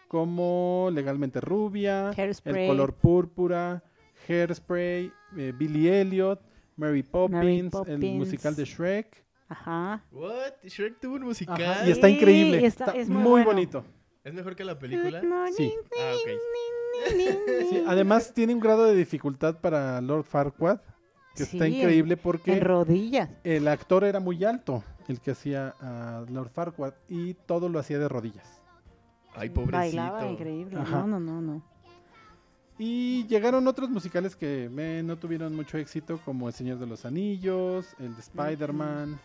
A: como Legalmente Rubia,
C: Hairspray,
A: El Color Púrpura, Hairspray, eh, Billy Elliot, Mary Poppins, el
C: Poppins.
A: musical de Shrek.
C: Ajá.
B: What? Shrek tuvo un musical.
A: Ajá, y
C: es-
A: está
C: Sí,
A: increíble.
C: y
A: está,
C: está- es muy
A: muy,
C: bueno.
A: bonito.
B: ¿Es mejor que la película?
C: Mm,
A: Sí.
B: Ah, ok.
A: Sí, además tiene un grado de dificultad para Lord Farquaad que está
C: Sí, en-
A: increíble
C: En
A: porque
C: rodillas.
A: el actor era muy alto, el que hacía a Lord Farquaad y todo lo hacía de rodillas.
B: Ay, pobrecito.
C: Bailaba increíble.
A: Ajá.
C: No, no, no, no.
A: Y llegaron otros musicales que eh, no tuvieron mucho éxito como El Señor de los Anillos, el de Spider-Man.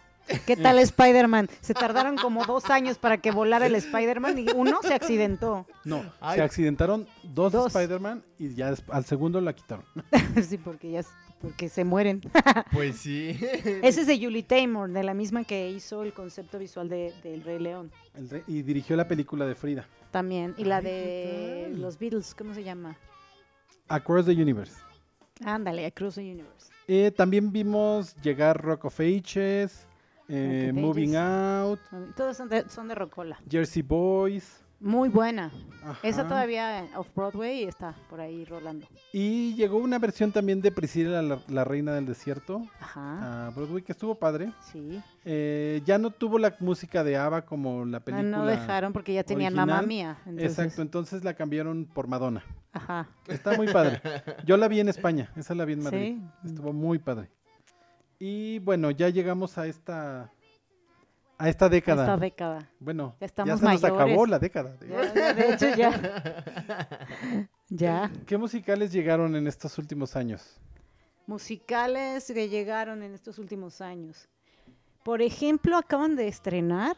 C: ¿Qué tal Spider-Man? Se tardaron como dos años para que volara el Spider-Man y uno se accidentó.
A: No,
B: Ay.
A: se accidentaron dos, de
C: Dos.
A: Spider-Man y ya des- al segundo la quitaron.
C: sí, porque ya s- porque se mueren.
B: Pues sí.
C: Ese es de Julie Taymor, de la misma que hizo el concepto visual de, del Rey León.
A: El re- y dirigió la película de Frida,
C: También. Y la
B: Ay, ¿qué
C: de
B: tal?
C: los Beatles, ¿cómo se llama?
A: Across the Universe.
C: Ándale, Across the Universe.
A: Eh, también vimos llegar Rock of Ages, eh,
C: Rock of
A: Moving Out,
C: Todos son de, son de Rocola.
A: Jersey Boys.
C: Muy buena. Esa
A: ajá.
C: todavía off-Broadway está por ahí rolando.
A: Y llegó una versión también de Priscilla, la, la reina del desierto,
C: Ajá.
A: a Broadway, que estuvo padre.
C: Sí.
A: Eh, ya no tuvo la música de ABBA como la
C: Ah,
A: película.
C: no dejaron porque ya tenían mamá
A: original.
C: mía. entonces-
A: Exacto, entonces la cambiaron por Madonna.
C: Ajá.
A: Está muy padre. Yo la vi en España, esa la vi en Madrid.
C: Sí.
A: Estuvo muy padre. Y bueno, ya llegamos a esta a esta década.
C: Esta década.
A: Bueno,
C: Ya estamos
A: se nos acabó
C: mayores.
A: la década. de-
C: Ya, ya, de hecho, ya. Ya.
A: ¿Qué musicales llegaron en estos últimos años?
C: Musicales que llegaron en estos últimos años. Por ejemplo, acaban de estrenar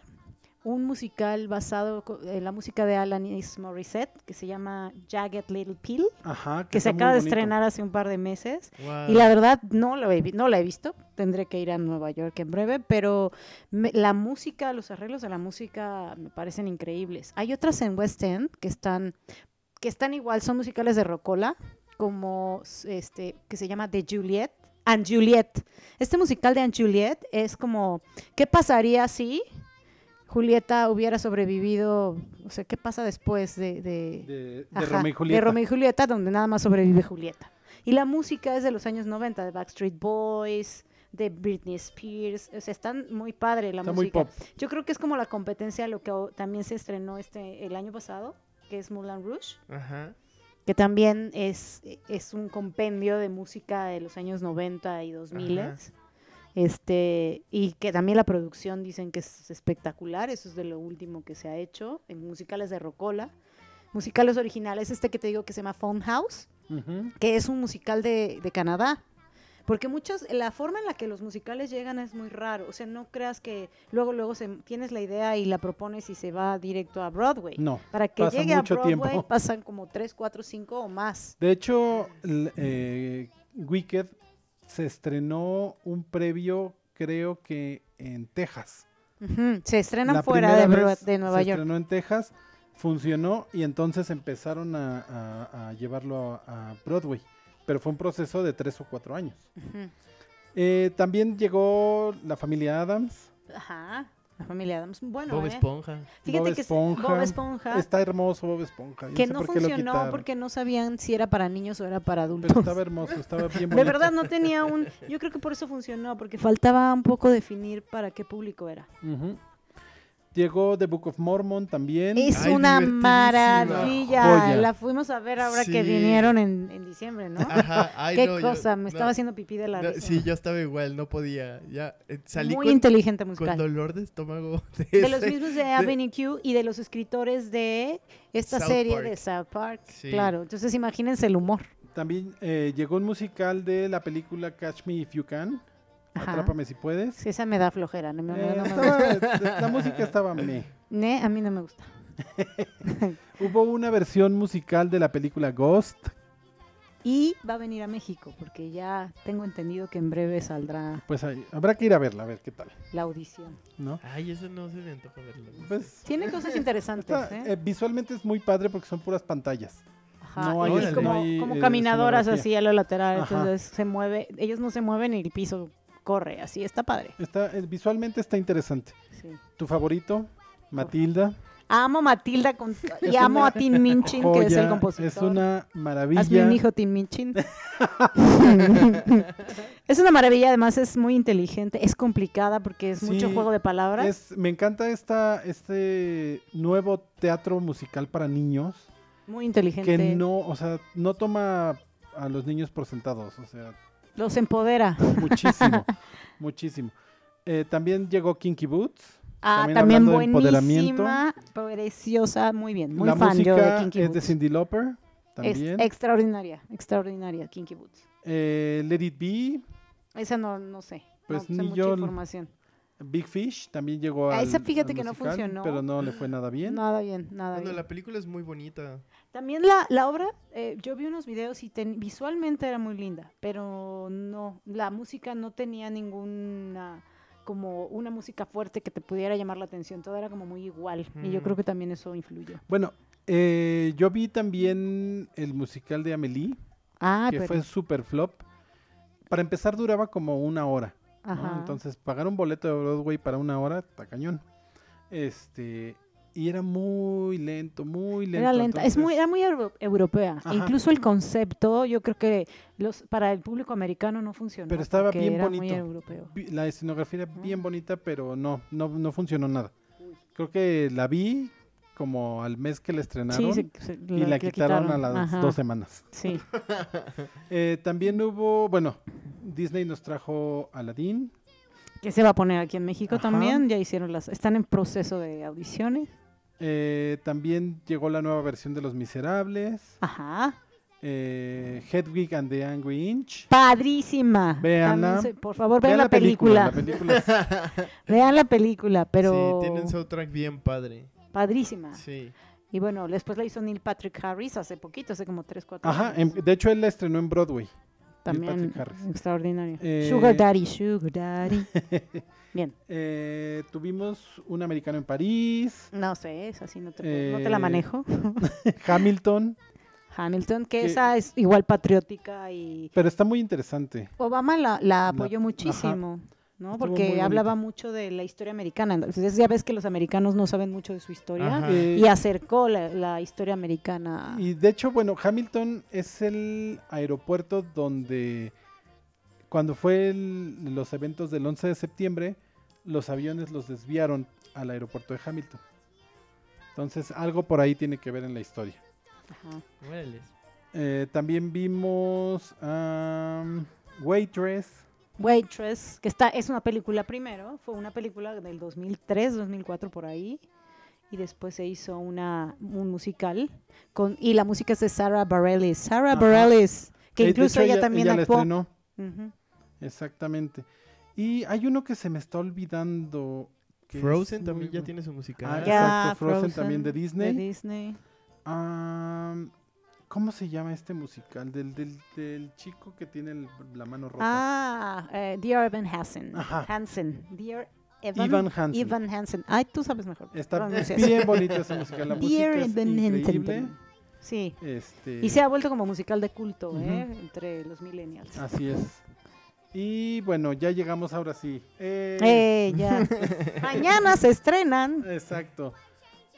C: un musical basado co- en la música de Alanis Morissette que se llama Jagged Little Pill,
A: Ajá,
C: que se
A: está muy
C: acaba de
A: bonito.
C: estrenar hace un par de meses.
B: Wow.
C: Y la verdad no la he, vi- no la he visto, tendré que ir a Nueva York en breve, pero me- la música, los arreglos de la música me parecen increíbles. Hay otras en West End que están, que están igual, son musicales de Rocola, como s- este, que se llama The Juliet. And Juliet. Este musical de And Juliet es como, ¿qué pasaría si Julieta hubiera sobrevivido? O sea, ¿qué pasa después de- de,
A: de, de
C: Ajá,
A: Romeo y Julieta.
C: Romeo y Julieta, donde nada más sobrevive Julieta. Y la música es de los años 90, de Backstreet Boys, de Britney Spears. O sea, están muy padre la
A: Está muy
C: música.
A: pop.
C: Yo creo que es como la competencia a lo que o- también se estrenó este el año pasado, que es Moulin Rouge,
B: Ajá.
C: que también es, es un compendio de música de los años 90 y 2000.
B: Ajá.
C: Este, y que también la producción dicen que es espectacular, eso es de lo último que se ha hecho en musicales de Rocola. Musicales originales, este que te digo que se llama Phone House,
A: Ujú.
C: que es un musical de, de Canadá. Porque muchos, la forma en la que los musicales llegan es muy raro. O sea, no creas que luego, luego se, tienes la idea y la propones y se va directo a Broadway.
A: No.
C: Para que
A: pasa
C: llegue a
A: mucho
C: Broadway
A: tiempo.
C: pasan como 3, 4, 5 o más.
A: De hecho, l- eh, Wicked se estrenó un previo, creo que en Texas.
C: Ujú, Se estrenan
A: La
C: fuera de,
A: primera
C: Bro-
A: vez
C: de Nueva
A: se
C: York.
A: estrenó en Texas, funcionó y entonces empezaron a, a- a llevarlo a, a Broadway. Pero fue un proceso de tres o cuatro años.
C: Ujú.
A: Eh, también llegó la familia Adams.
C: Ajá. La familia Adams. Bueno,
B: Bob
C: eh.
B: Esponja.
C: Fíjate
A: Bob
C: que es-
A: Esponja.
C: Bob Esponja,
A: Está hermoso Bob Esponja. yo
C: Ah. que
A: sé
C: no
A: por qué lo
C: funcionó
A: quitaron,
C: porque no sabían si era para niños o era para adultos.
A: Pero estaba hermoso, estaba bien
C: De
A: bonito.
C: verdad no tenía un... Yo creo que por eso funcionó, porque faltaba un poco definir para qué público era.
A: Ujú. Llegó The Book of Mormon también.
C: Es
B: Ay,
C: una
B: divertidísima.
C: maravilla.
A: Joya.
C: La fuimos a ver ahora que
B: Sí.
C: vinieron en, en diciembre, ¿no?
B: Ajá. Ay,
C: qué
B: no, yo-
C: cosa, me
B: no,
C: estaba haciendo pipí de la
B: no,
C: risa.
B: Sí, yo estaba igual, no podía. Ya eh, salí
C: Muy
B: con,
C: inteligente
B: con
C: musical.
B: dolor de estómago.
C: De los
B: ese-
C: mismos de Avenue Q y de los escritores de esta
B: South
C: serie
B: Park.
C: de South Park.
B: Sí.
C: Claro, entonces imagínense el humor.
A: También eh, llegó un musical de la película Catch Me If You Can.
C: Ajá.
A: Atrápame si puedes.
C: Sí, Esa me da flojera, no me-
A: Eh,
C: no me gusta.
A: estaba- la música estaba meh.
C: Ne, a mí no me gusta.
A: Hubo una versión musical de la película Ghost.
C: Y va a venir a México, porque ya tengo entendido que en breve saldrá
A: Pues ahí, habrá que ir a verla, a ver qué tal,
C: la audición.
A: ¿no?
B: Ay, eso no se me antoja verlo.
A: Pues,
C: Tiene cosas interesantes,
A: está-
C: ¿eh?
A: eh, visualmente es muy padre porque son puras pantallas.
C: Ajá,
A: no hay
C: y
B: órale.
C: es como,
A: no hay,
C: como
A: eh,
C: caminadoras
A: escenografía.
C: así a lo lateral,
A: Ajá.
C: entonces se mueve, ellos no se mueven y el piso corre, así está padre.
A: Está, eh, visualmente está interesante.
C: sí.
A: ¿Tu favorito? Matilda.
C: Amo a Matilda con- y
A: Es
C: amo
A: una
C: a Tim Minchin, que es el
A: Joya,
C: compositor.
A: es una
C: Hazme
A: maravilla.
C: un hijo, Tim Minchin. es una maravilla, además es muy inteligente, es complicada porque es mucho
A: Sí,
C: juego de palabras.
A: Es- me encanta esta, este nuevo teatro musical para niños
C: muy inteligente.
A: que no, o sea, no toma a los niños por sentados, o sea,
C: Los empodera.
A: muchísimo, muchísimo. Eh, también llegó Kinky Boots.
C: Ah,
A: También
C: también,
A: hablando de empoderamiento.
C: buenísima, preciosa, muy bien, muy
A: La
C: fan yo de
A: música
C: Kinky
A: es de
C: Boots.
A: Cindy Lauper
C: Es
A: también.
C: extraordinaria, extraordinaria Kinky Boots.
A: Eh, Let It Be,
C: Esa no, no sé.
A: Pues
C: no sé
A: ni
C: mucha
A: yo-
C: información.
A: Big Fish también llegó
C: Ah,
A: al,
C: esa fíjate
A: al
C: que no
A: musical,
C: funcionó.
A: pero no le fue nada bien.
C: Nada bien, nada
B: Bueno,
C: bien.
B: la película es muy bonita.
C: También la, la obra, eh, yo vi unos videos y ten- visualmente era muy linda, pero no, la música no tenía ninguna, como una música fuerte que te pudiera llamar la atención, todo era como muy igual, y yo
B: Mm.
C: creo que también eso influyó.
A: Bueno, eh, yo vi también el musical de Amelie,
C: Ah,
A: que
C: pero,
A: fue super flop. Para empezar duraba como una hora. ¿no?
C: ajá.
A: Entonces, pagar un boleto de Broadway para una hora está cañón. Este, y era muy lento, muy lento.
C: era lenta, es muy,
A: entonces-
C: era muy euro- europea, e
A: Ajá.
C: incluso el concepto, yo creo que los, para el público americano no funcionó.
A: Pero estaba
C: porque
A: bien
C: era
A: bonito.
C: Muy europeo.
A: vi- La escenografía era
C: Ah.
A: bien bonita, pero no, no, no funcionó nada. Creo que la vi como al mes que la estrenaron
C: Sí, se- se-
A: y la, quitaron, a las
C: Ajá,
A: dos semanas.
C: Sí,
A: Eh, también hubo, bueno, Disney nos trajo Aladdin.
C: que se va a poner aquí en México
A: Ajá.
C: también, ya hicieron las, están en proceso de audiciones.
A: Eh, también llegó la nueva versión de Los Miserables.
C: Ajá.
A: eh, Hedwig and the Angry Inch.
C: Padrísima.
A: Véanla.
C: También se- por favor, vean
A: Vean
C: la, película.
A: La película es
C: Vean la película, pero
B: Sí, tiene un soundtrack bien padre.
A: Ah.
C: padrísima.
B: Sí.
C: Y bueno, después la hizo Neil Patrick Harris hace poquito, hace como 3, 4
A: Ajá, em- de hecho él la estrenó en Broadway.
C: También
A: Patrick Harris.
C: extraordinario.
A: Eh,
C: Sugar Daddy, Sugar Daddy. Bien.
A: Eh, tuvimos un americano en París,
C: No sé, es así, no te, puedo- no te
A: Eh,
C: la manejo.
A: Hamilton,
C: Hamilton, que
A: que-
C: esa es igual patriótica y...
A: pero está muy interesante.
C: Obama la, la apoyó
A: ajá.
C: muchísimo. ¿no?
A: Estuvo muy
C: Porque
A: bonita.
C: hablaba mucho de la historia americana. Entonces ya ves que los americanos no saben mucho de su historia.
B: Ajá.
A: Eh,
C: y acercó la, la historia americana.
A: y de hecho, bueno, Hamilton es el aeropuerto donde cuando fue el- los eventos del 11 de septiembre, los aviones los desviaron al aeropuerto de Hamilton. Entonces, algo por ahí tiene que ver en la historia.
C: Ajá.
B: Órale.
A: Eh, también vimos am, Waitress.
C: Waitress, que está, es una película primero, fue una película del 2003, 2004 por ahí, y después se hizo una, un musical, con, y la música es de Sarah Bareilles. Sarah
A: Ajá.
C: Bareilles, que
A: Eh, de
C: incluso
A: hecho,
C: ella, también
A: ella la
C: actuó.
A: estrenó.
C: Ujú.
A: Exactamente. Y hay uno que se me está olvidando. que es
B: Frozen
A: muy
B: también ya
A: bueno.
B: tiene su
A: Ah,
B: musical.
A: ya. exacto, Frozen también de Disney.
C: Disney.
A: Am, ah, ¿Cómo se llama este musical? Del, del, del chico que tiene el- la mano rota.
C: Ah, eh, Dear Evan Hansen.
A: Ajá.
C: Hansen. Dear Evan,
A: Ivan Hansen.
C: Ivan Hansen. Ay, tú sabes mejor.
A: Está
C: pronuncias.
A: bien bonito ese musical. La música
C: Dear
A: es
C: Evan
A: increíble.
C: Hansen. Sí.
A: Este,
C: Y se ha vuelto como musical de culto,
A: Ujú.
C: ¿eh? Entre los millennials.
A: Así es. Y bueno, ya llegamos ahora sí. ¡Eh!
C: Eh, ya. Mañana se estrenan.
A: Exacto.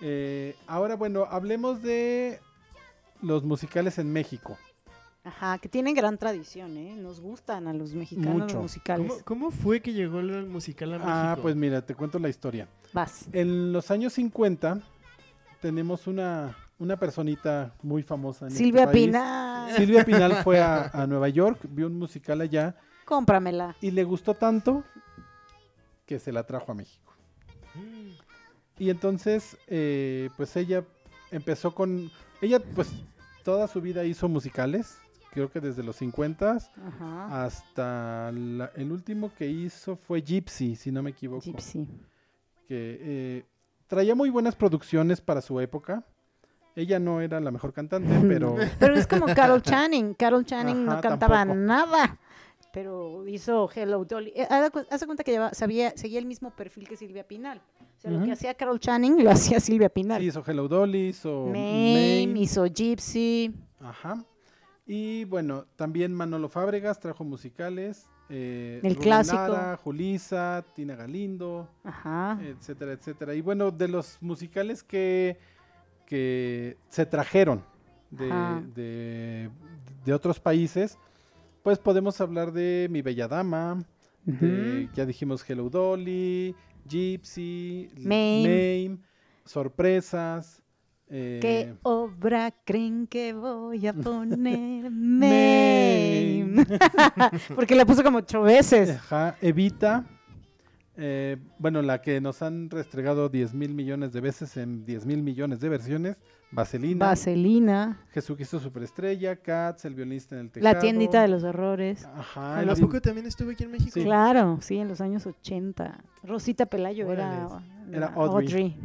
A: Eh, ahora bueno, hablemos de los musicales en México.
C: Ajá, que tienen gran tradición, ¿eh? Nos gustan a los mexicanos
A: Mucho.
C: los musicales.
B: ¿Cómo, cómo fue que llegó el musical a México?
A: Ah, pues mira, te cuento la historia.
C: Vas.
A: En los años 50 tenemos una, una personita muy famosa. En este
C: Silvia
A: país.
C: Pinal,
A: Silvia Pinal fue a, a Nueva York, vio un musical allá
C: cómpramela.
A: y le gustó tanto que se la trajo a México.
B: Mm.
A: Y entonces, eh, pues ella empezó con... Ella pues toda su vida hizo musicales, creo que desde los 50 Ah,
C: Ajá.
A: hasta la- el último que hizo fue Gypsy, si no me equivoco.
C: Gypsy.
A: que eh, traía muy buenas producciones para su época. Ella no era la mejor cantante, pero
C: Pero es como Carol Channing. Carol Channing
A: Ajá,
C: no cantaba
A: tampoco.
C: nada. Pero hizo Hello Dolly. Eh, haz de cu- haz de cuenta que llevaba- sabía, seguía el mismo perfil que Silvia Pinal. O sea, lo
A: Ujú.
C: que hacía Carol Channing lo hacía Silvia Pinal.
A: sí, hizo Hello Dolly, hizo
C: Mame,
A: Mame.
C: hizo Gypsy.
A: Ajá. Y bueno, también Manolo Fábregas trajo musicales. eh,
C: El
A: Rubén
C: clásico.
A: Lara, Julisa, Tina Galindo,
C: Ajá.
A: etcétera, etcétera. Y bueno, de los musicales que, que se trajeron de,
C: Ajá.
A: de- de otros países, pues podemos hablar de Mi Bella Dama, de- ya dijimos Hello Dolly, Gypsy, L-
C: Mame.
A: Mame, Sorpresas. eh,
C: ¿Qué obra creen que voy a poner?
A: Mame.
C: Mame. Porque la puso como ocho veces.
A: Ajá, Evita. eh, bueno, la que nos han restregado 10 mil millones de veces en 10 mil millones de versiones. Vaselina.
C: Vaselina.
A: Jesucristo Superestrella, Cats, El Violinista en el Tejado.
C: La tiendita de los horrores.
A: Ajá.
B: ¿A
A: el
B: la
A: tin-
B: poco también estuve aquí en México?
A: Sí.
C: Claro, sí, en los años 80. Rosita Pelayo era,
A: Era
C: la
A: Audrey.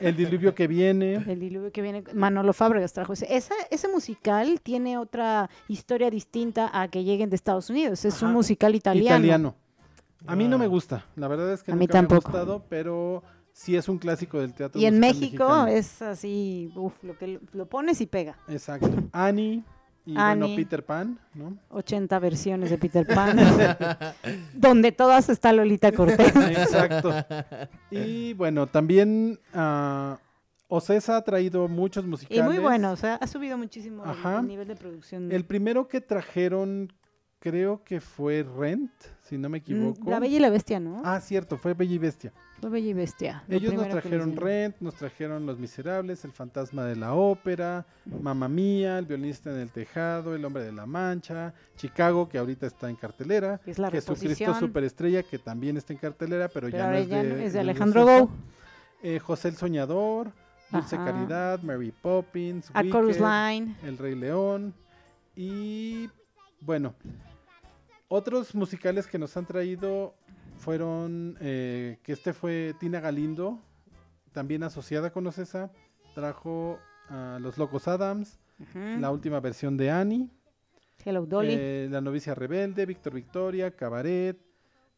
A: El Diluvio que Viene.
C: El diluvio que viene. Manolo Fábregas trajo ese. Esa, ese musical tiene otra historia distinta a que lleguen de Estados Unidos. Es un
A: Ajá.
C: musical italiano.
A: Italiano. A mí no
B: Ah.
A: me gusta. La verdad es que
C: A mí
A: nunca
C: tampoco.
A: me ha gustado, pero sí es un clásico del teatro
C: Y en
A: musical
C: México
A: mexicano.
C: es así, uf, lo que lo- lo pones y pega.
A: Exacto. Annie y bueno,
C: Annie.
A: Peter Pan, ¿no?
C: 80 versiones de Peter Pan, donde todas está Lolita Cortés.
A: Exacto. Y bueno, también ah, Ocesa ha traído muchos
C: Y
A: musicales.
C: muy bueno, o sea, ha subido muchísimo el-
A: Ajá.
C: el nivel de producción.
A: El primero que trajeron creo que fue Rent, si no me
C: Mm,
A: equivoco.
C: La Bella y la Bestia, ¿no?
A: Ah, cierto, fue Bella y Bestia.
C: Fue Bella y Bestia. lo
A: Ellos nos
C: primero que les
A: trajeron
C: dieron.
A: Rent, nos trajeron Los Miserables, El Fantasma de la Ópera, Mamma Mía, El Violinista en el Tejado, El Hombre de la Mancha, Chicago, que ahorita está en cartelera,
C: Es la
A: Jesucristo
C: reposición.
A: Superestrella, que también está en cartelera, pero, ya
C: Pero
A: no
C: ahora
A: es
C: ya
A: de,
C: no- es de
A: Luz
C: Alejandro
A: Sosa.
C: Gou.
A: Eh, José el Soñador, Dulce
C: Ajá.
A: Caridad, Mary Poppins,
C: A Chorus
A: Wicked,
C: Line.
A: El Rey León y bueno, otros musicales que nos han traído fueron eh, que este fue Tina Galindo, también asociada con Ocesa, trajo a Los Locos Adams,
C: Ujú.
A: la última versión de Annie,
C: Hello Mm. Dolly.
A: eh, La novicia rebelde, Víctor Victoria, Cabaret,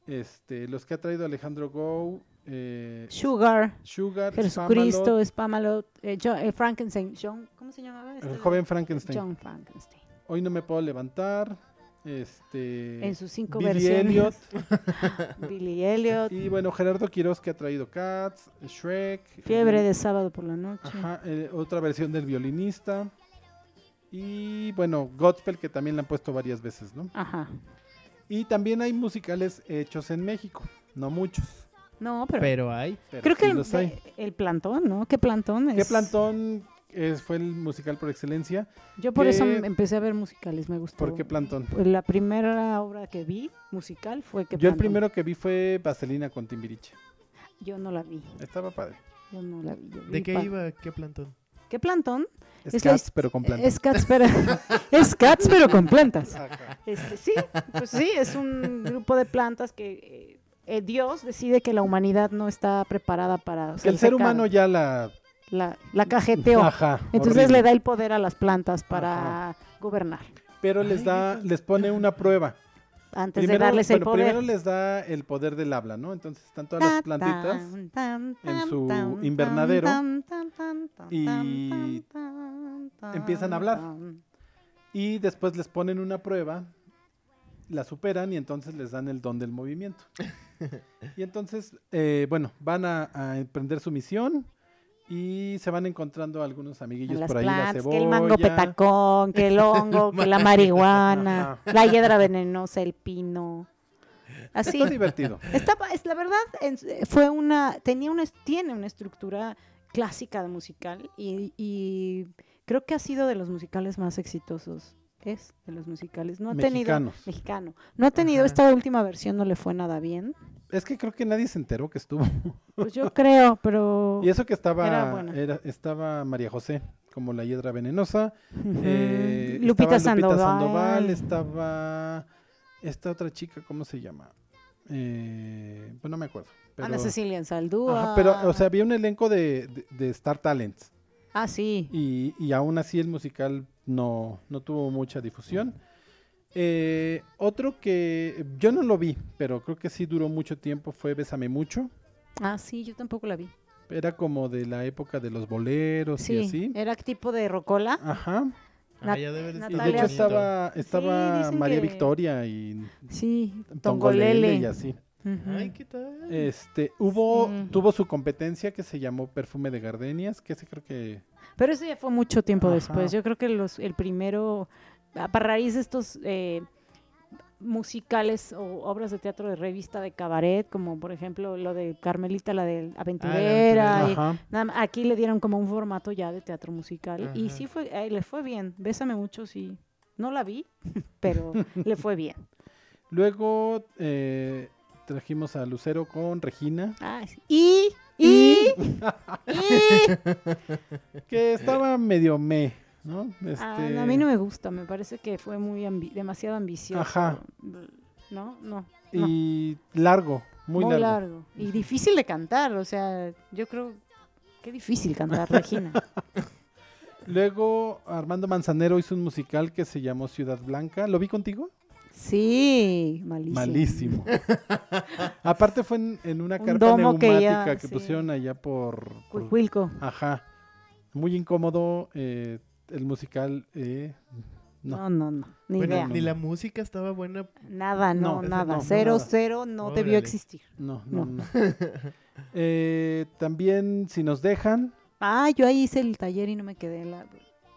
A: este, los que ha traído Alejandro Gou, eh,
C: Sugar.
A: Sugar,
C: Jesucristo, Spamalot. eh, Jo- eh, Frankenstein. John, ¿Cómo se llamaba?
A: Spamalot,
C: este?
A: el joven Frankenstein.
C: John Frankenstein.
A: Hoy no me puedo levantar. Este.
C: en sus cinco
A: Billy
C: versiones.
A: Elliot.
C: Billy Elliot.
A: Y bueno, Gerardo Quiroz que ha traído Cats, Shrek.
C: Fiebre
A: eh,
C: de sábado por la noche.
A: Ajá, eh, otra versión del violinista. Y bueno, Godspell que también la han puesto varias veces, ¿no?
C: Ajá.
A: Y también hay musicales hechos en México, no muchos.
C: No, pero,
B: Pero hay.
A: pero
C: creo que
A: sí
C: el,
A: los hay.
C: de- el plantón, ¿no? ¿Qué plantón es?
A: ¿Qué plantón es- fue el musical por excelencia?
C: Yo por eso
A: ¿Qué-
C: m- empecé a ver musicales, me gustó.
A: ¿Por qué plantón?
C: Pues la primera obra que vi musical fue que
A: Yo el primero que vi fue Vaselina con Timbiriche.
C: Yo no la vi,
A: Estaba padre.
C: yo no la vi. yo vi
B: ¿De qué
C: pa-
B: iba? ¿Qué plantón?
C: ¿Qué plantón?
A: Es,
C: Es la
A: Cats,
C: his-
A: pero con plantas.
C: Es Cats, pero, es Cats, pero con plantas.
A: Ajá.
C: Este, sí, pues sí, es un grupo de plantas que eh, eh, Dios decide que la humanidad no está preparada para... o
A: Que
C: sea,
A: el
C: se
A: ser
C: ca-
A: humano ya la...
C: La, la cajeteó.
A: Ajá,
C: Entonces
A: horrible.
C: le da el poder a las plantas para gobernar.
A: Pero les da, les pone una prueba.
C: Antes de darles el
A: bueno,
C: poder.
A: primero les da el poder del habla, ¿no? Entonces están todas las plantitas. en su invernadero y empiezan a hablar. Y después les ponen una prueba, la superan y entonces les dan el don del movimiento. Y entonces, eh, bueno, van a, a emprender su misión y se van encontrando algunos
C: A
A: amiguillos
C: las
A: por ahí. la
C: plantas,
A: cebolla,
C: que el mango petacón, que el hongo, que la marihuana,
A: Ajá.
C: la hiedra venenosa, el pino. Así.
A: Está divertido.
C: Estaba, es, la verdad, en- fue una, tenía una, tiene una estructura clásica de musical y, y creo que ha sido de los musicales más exitosos. Es de los musicales. No ha tenido.
A: Mexicanos.
C: Mexicano. No ha tenido,
B: Ajá.
C: esta última versión no le fue nada bien.
A: Es que creo que nadie se enteró que estuvo.
C: Pues yo creo, pero.
A: Y eso que estaba,
C: Era buena.
A: era- estaba María José como la hiedra venenosa.
C: Ujú.
A: eh,
C: Mm, Lupita,
A: estaba
C: Sandoval.
A: Sandoval, Estaba esta otra chica, ¿cómo se llama? eh, pues no me acuerdo. Pero,
C: Ana Cecilia Saldúa.
A: Ajá, pero, o sea, había un elenco de, de- de Star Talents.
C: Ah, sí.
A: Y, y aún así el musical no, no tuvo mucha difusión. Eh, otro que yo no lo vi, pero creo que sí duró mucho tiempo fue Bésame Mucho.
C: Ah, sí, yo tampoco la vi.
A: Era como de la época de los boleros y
C: Sí,
A: así.
C: era tipo de
A: Ah.
C: rocola.
A: Ajá.
C: Nat-
B: Ah, ya debe de
A: Y
B: estar
A: de hecho
C: Natalia-
B: bonito.
A: estaba, estaba
C: dicen
A: María
C: que-
A: Victoria y
C: Sí,
A: Tongolele
C: Tongolele.
A: y así.
C: Ujú.
B: Ay, ¿qué tal?
A: Este, hubo,
C: Sí.
A: tuvo su competencia que se llamó Perfume de Gardenias, que ese creo que
C: Pero eso ya fue mucho tiempo
A: Ajá.
C: después. Yo creo que los, el primero, a a raíz de estos eh, musicales o obras de teatro de revista de cabaret, como por ejemplo lo de Carmelita, la de Aventurera.
B: Aventurera.
C: y-
A: ajá,
C: nada más, aquí le dieron como un formato ya de teatro musical. Y
B: Ajá.
C: sí fue, eh, le fue bien. Bésame mucho, sí. No la vi, pero le fue bien.
A: Luego eh, trajimos a Lucero con Regina,
C: Ah, sí. Y, y, ah, y.
A: que estaba medio me, ¿no?
C: Ah,
A: Este,
C: no, a mí no me gusta, me parece que fue muy ambi- demasiado ambicioso.
A: Ajá.
C: No, no. no.
A: Y largo, muy, largo.
C: Y difícil de cantar, o sea, yo creo que difícil cantar, Regina.
A: Luego Armando Manzanero hizo un musical que se llamó Ciudad Blanca. ¿Lo vi contigo?
C: Sí, malísimo.
A: Malísimo. Aparte fue en, en una
C: Un
A: carpa
C: domo que ya-
A: neumática que,
C: sí.
A: pusieron allá por, por-
C: Cuicuilco.
A: Ajá. Muy incómodo eh, el musical. eh, No.
C: No, no, no, ni
B: Bueno,
C: idea.
B: ni la música estaba buena.
C: Nada,
A: No,
C: no,
A: ese-
C: nada.
A: no,
C: cero,
A: nada.
C: cero, no debió
B: Órale.
C: existir.
A: no, no, no. Eh, también, si nos dejan,
C: Ah, yo ahí hice el taller y no me quedé en la...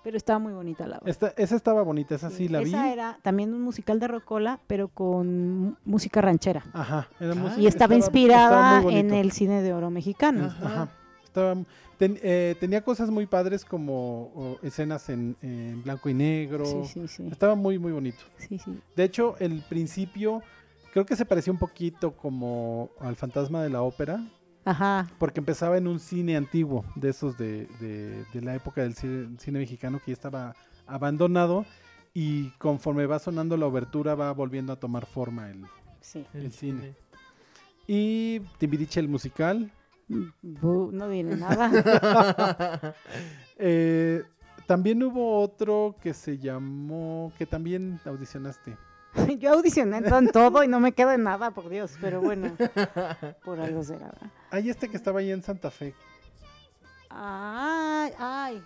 C: Pero estaba muy bonita la obra.
A: esta, esa estaba bonita, esa sí, la vi.
C: Esa era también un musical de Rocola, pero con mu- música ranchera.
A: Ajá, era
B: Ah.
A: música-
C: Y estaba inspirada
A: estaba muy
C: en
A: bonito.
C: el cine de oro mexicano.
B: Ajá.
A: Ajá. Estaba- ten- eh, tenía cosas muy padres como o, escenas en, en blanco y negro.
C: Sí, sí, sí.
A: Estaba muy, muy bonito.
C: sí, sí.
A: De hecho, el principio creo que se parecía un poquito como al fantasma de la ópera,
C: Ajá.
A: porque empezaba en un cine antiguo, de esos de, de- de la época del cine, cine mexicano que ya estaba abandonado y conforme va sonando la obertura va volviendo a tomar forma el...
C: Sí.
B: Este,
A: El cine. Y Timbiriche el musical.
C: Bu- no diré nada.
A: Eh, también hubo otro que se llamó, que también audicionaste.
C: Yo audicioné en todo y no me queda en nada, por Dios, pero bueno, por algo será. ¿verdad?
A: Hay este que estaba ahí en Santa Fe.
C: Ay, ay.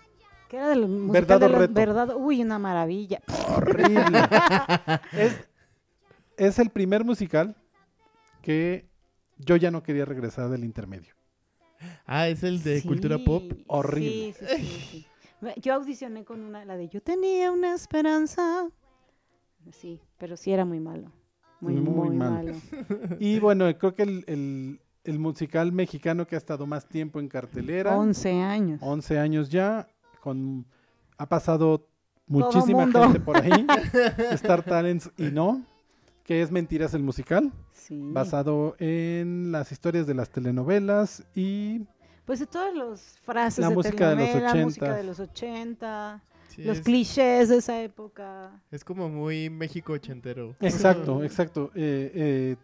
C: Que era del musical
A: Verdad
C: de
A: o
C: la-
A: reto.
C: verdad. Uy, una maravilla.
A: Horrible. es, es el primer musical que yo ya no quería regresar del intermedio.
B: Ah, es el de cultura
C: Sí,
B: pop.
A: horrible.
C: sí, sí, sí, sí. Ve- Yo audicioné con una, la de Yo tenía una esperanza. Sí, pero sí era muy malo. Muy,
A: Muy
C: muy,
A: malo.
C: malo.
A: Y bueno, creo que el, el- el musical mexicano que ha estado más tiempo en cartelera,
C: 11 años.
A: 11 años ya, con ha pasado muchísima
C: mundo.
A: gente por ahí, Star Talents y no, que es Mentiras el musical,
C: Sí.
A: basado en las historias de las telenovelas y
C: Pues de todas las frases
A: La
C: de
A: música de los
C: telenovela, música
A: 80.
C: de los 80,
B: Sí,
C: los
B: es-
C: clichés de esa época.
B: Es como muy México ochentero.
A: Exacto, exacto. Eh, eh,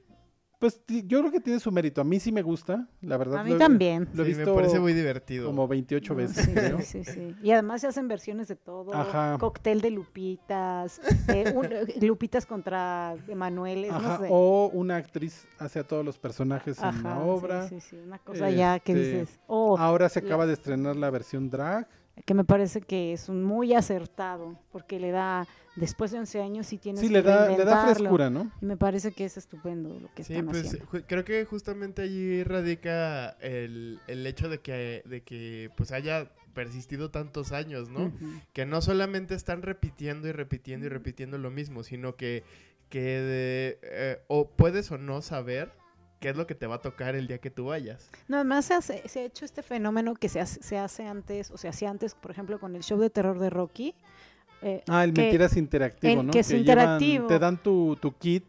A: pues ti- yo creo que tiene su mérito. A mí sí me gusta, la verdad.
C: A mí
A: lo he-
C: también.
A: Lo he
B: Sí,
A: visto
B: me parece muy divertido.
A: como 28
C: No,
A: veces,
C: sí,
A: creo.
C: sí, sí. Y además se hacen versiones de todo.
A: Ajá.
C: Cóctel de Lupitas, eh, un- Lupitas contra Emanueles,
A: Ajá,
C: no sé.
A: O una actriz hace a todos los personajes en la
C: Ajá,
A: obra.
C: Sí, sí, sí, una cosa ya que
A: Este,
C: dices, oh,
A: Ahora se
C: la-
A: acaba de estrenar la versión drag.
C: que me parece que es un muy acertado, porque le da, después de 11 años sí tienes
A: Sí,
C: que
A: le da, le da
C: reinventarlo,
A: frescura, ¿no?
C: Y me parece que es estupendo lo que
B: Sí,
C: están
B: pues
C: haciendo.
B: ju- creo que justamente allí radica el, el hecho de que, de que pues haya persistido tantos años, ¿no?
C: Ujú.
B: Que no solamente están repitiendo y repitiendo y
C: Mm.
B: repitiendo lo mismo, sino que, que de- eh, o puedes o no saber qué es lo que te va a tocar el día que tú vayas.
C: No, además se, hace- se ha hecho este fenómeno que se hace, se hace antes, o se hacía antes, por ejemplo, con el show de terror de Rocky. eh,
A: Ah, el
C: que-
A: Mentiras Interactivo,
C: el
A: ¿no?
C: que es
A: llevan-
C: interactivo.
A: te dan tu, tu kit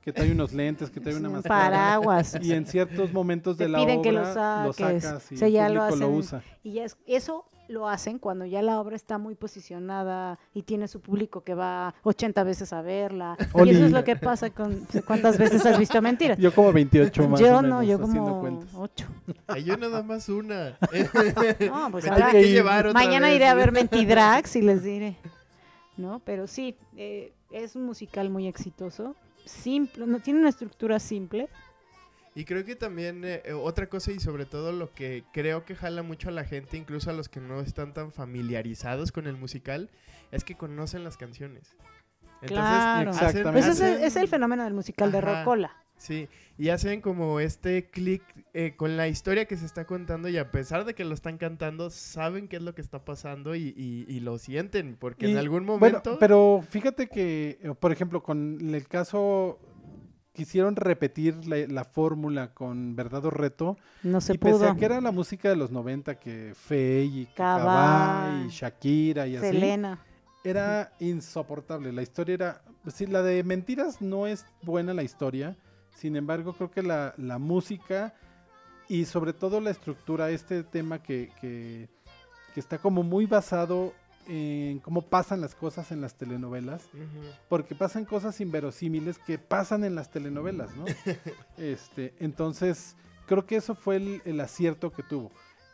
A: que trae unos lentes, que trae una
C: un
A: máscara.
C: paraguas.
A: Y en ciertos momentos
C: Te
A: de la
C: piden
A: obra
C: que lo saques.
A: sacas y
C: O sea, ya
A: el
C: lo
A: público lo
C: hacen-
A: usa.
C: Y ya es- eso lo hacen cuando ya la obra está muy posicionada y tiene su público que va 80 veces a verla. Y eso
A: Oli.
C: es lo que pasa con cuántas veces has visto mentiras.
A: Yo como 28 más
C: Yo
A: o menos,
C: no, yo
A: haciendo
C: como
A: cuentas.
C: 8.
B: Ay, yo nada más una.
C: No, pues
B: Me
C: ahora-
B: tiene que llevar otra
C: mañana
B: vez.
C: iré a ver Mentidrax y les diré. ¿No? Pero sí, eh, es un musical muy exitoso. Simple, no tiene una estructura simple.
B: Y creo que también eh, eh, otra cosa y sobre todo lo que creo que jala mucho a la gente, incluso a los que no están tan familiarizados con el musical, es que conocen las canciones. Entonces,
C: Claro.
B: hacen-
A: Exactamente.
C: Pues es el,
B: hacen-
C: es el fenómeno del musical de
B: Ajá.
C: Rocola.
B: Sí, y hacen como este clic eh, con la historia que se está contando y a pesar de que lo están cantando, saben qué es lo que está pasando y, y- y lo sienten, porque
A: Y,
B: en algún
A: Bueno,
B: momento...
A: pero fíjate que, eh, por ejemplo, con el caso quisieron repetir la, la fórmula con Verdad o Reto
C: No se
A: y pese
C: pudo.
A: a que era la música de los 90 que Fey y que
C: Cabá.
A: Cabá y Shakira y así
C: Selena.
A: era insoportable. La historia era. Sí, la de mentiras no es buena la historia. Sin embargo, creo que la, la música y sobre todo la estructura, este tema que, que, que está como muy basado en cómo pasan las cosas en las telenovelas.
B: Ujú.
A: Porque pasan cosas inverosímiles que pasan en las telenovelas, ¿no? este, entonces, creo que eso fue el, el acierto que tuvo.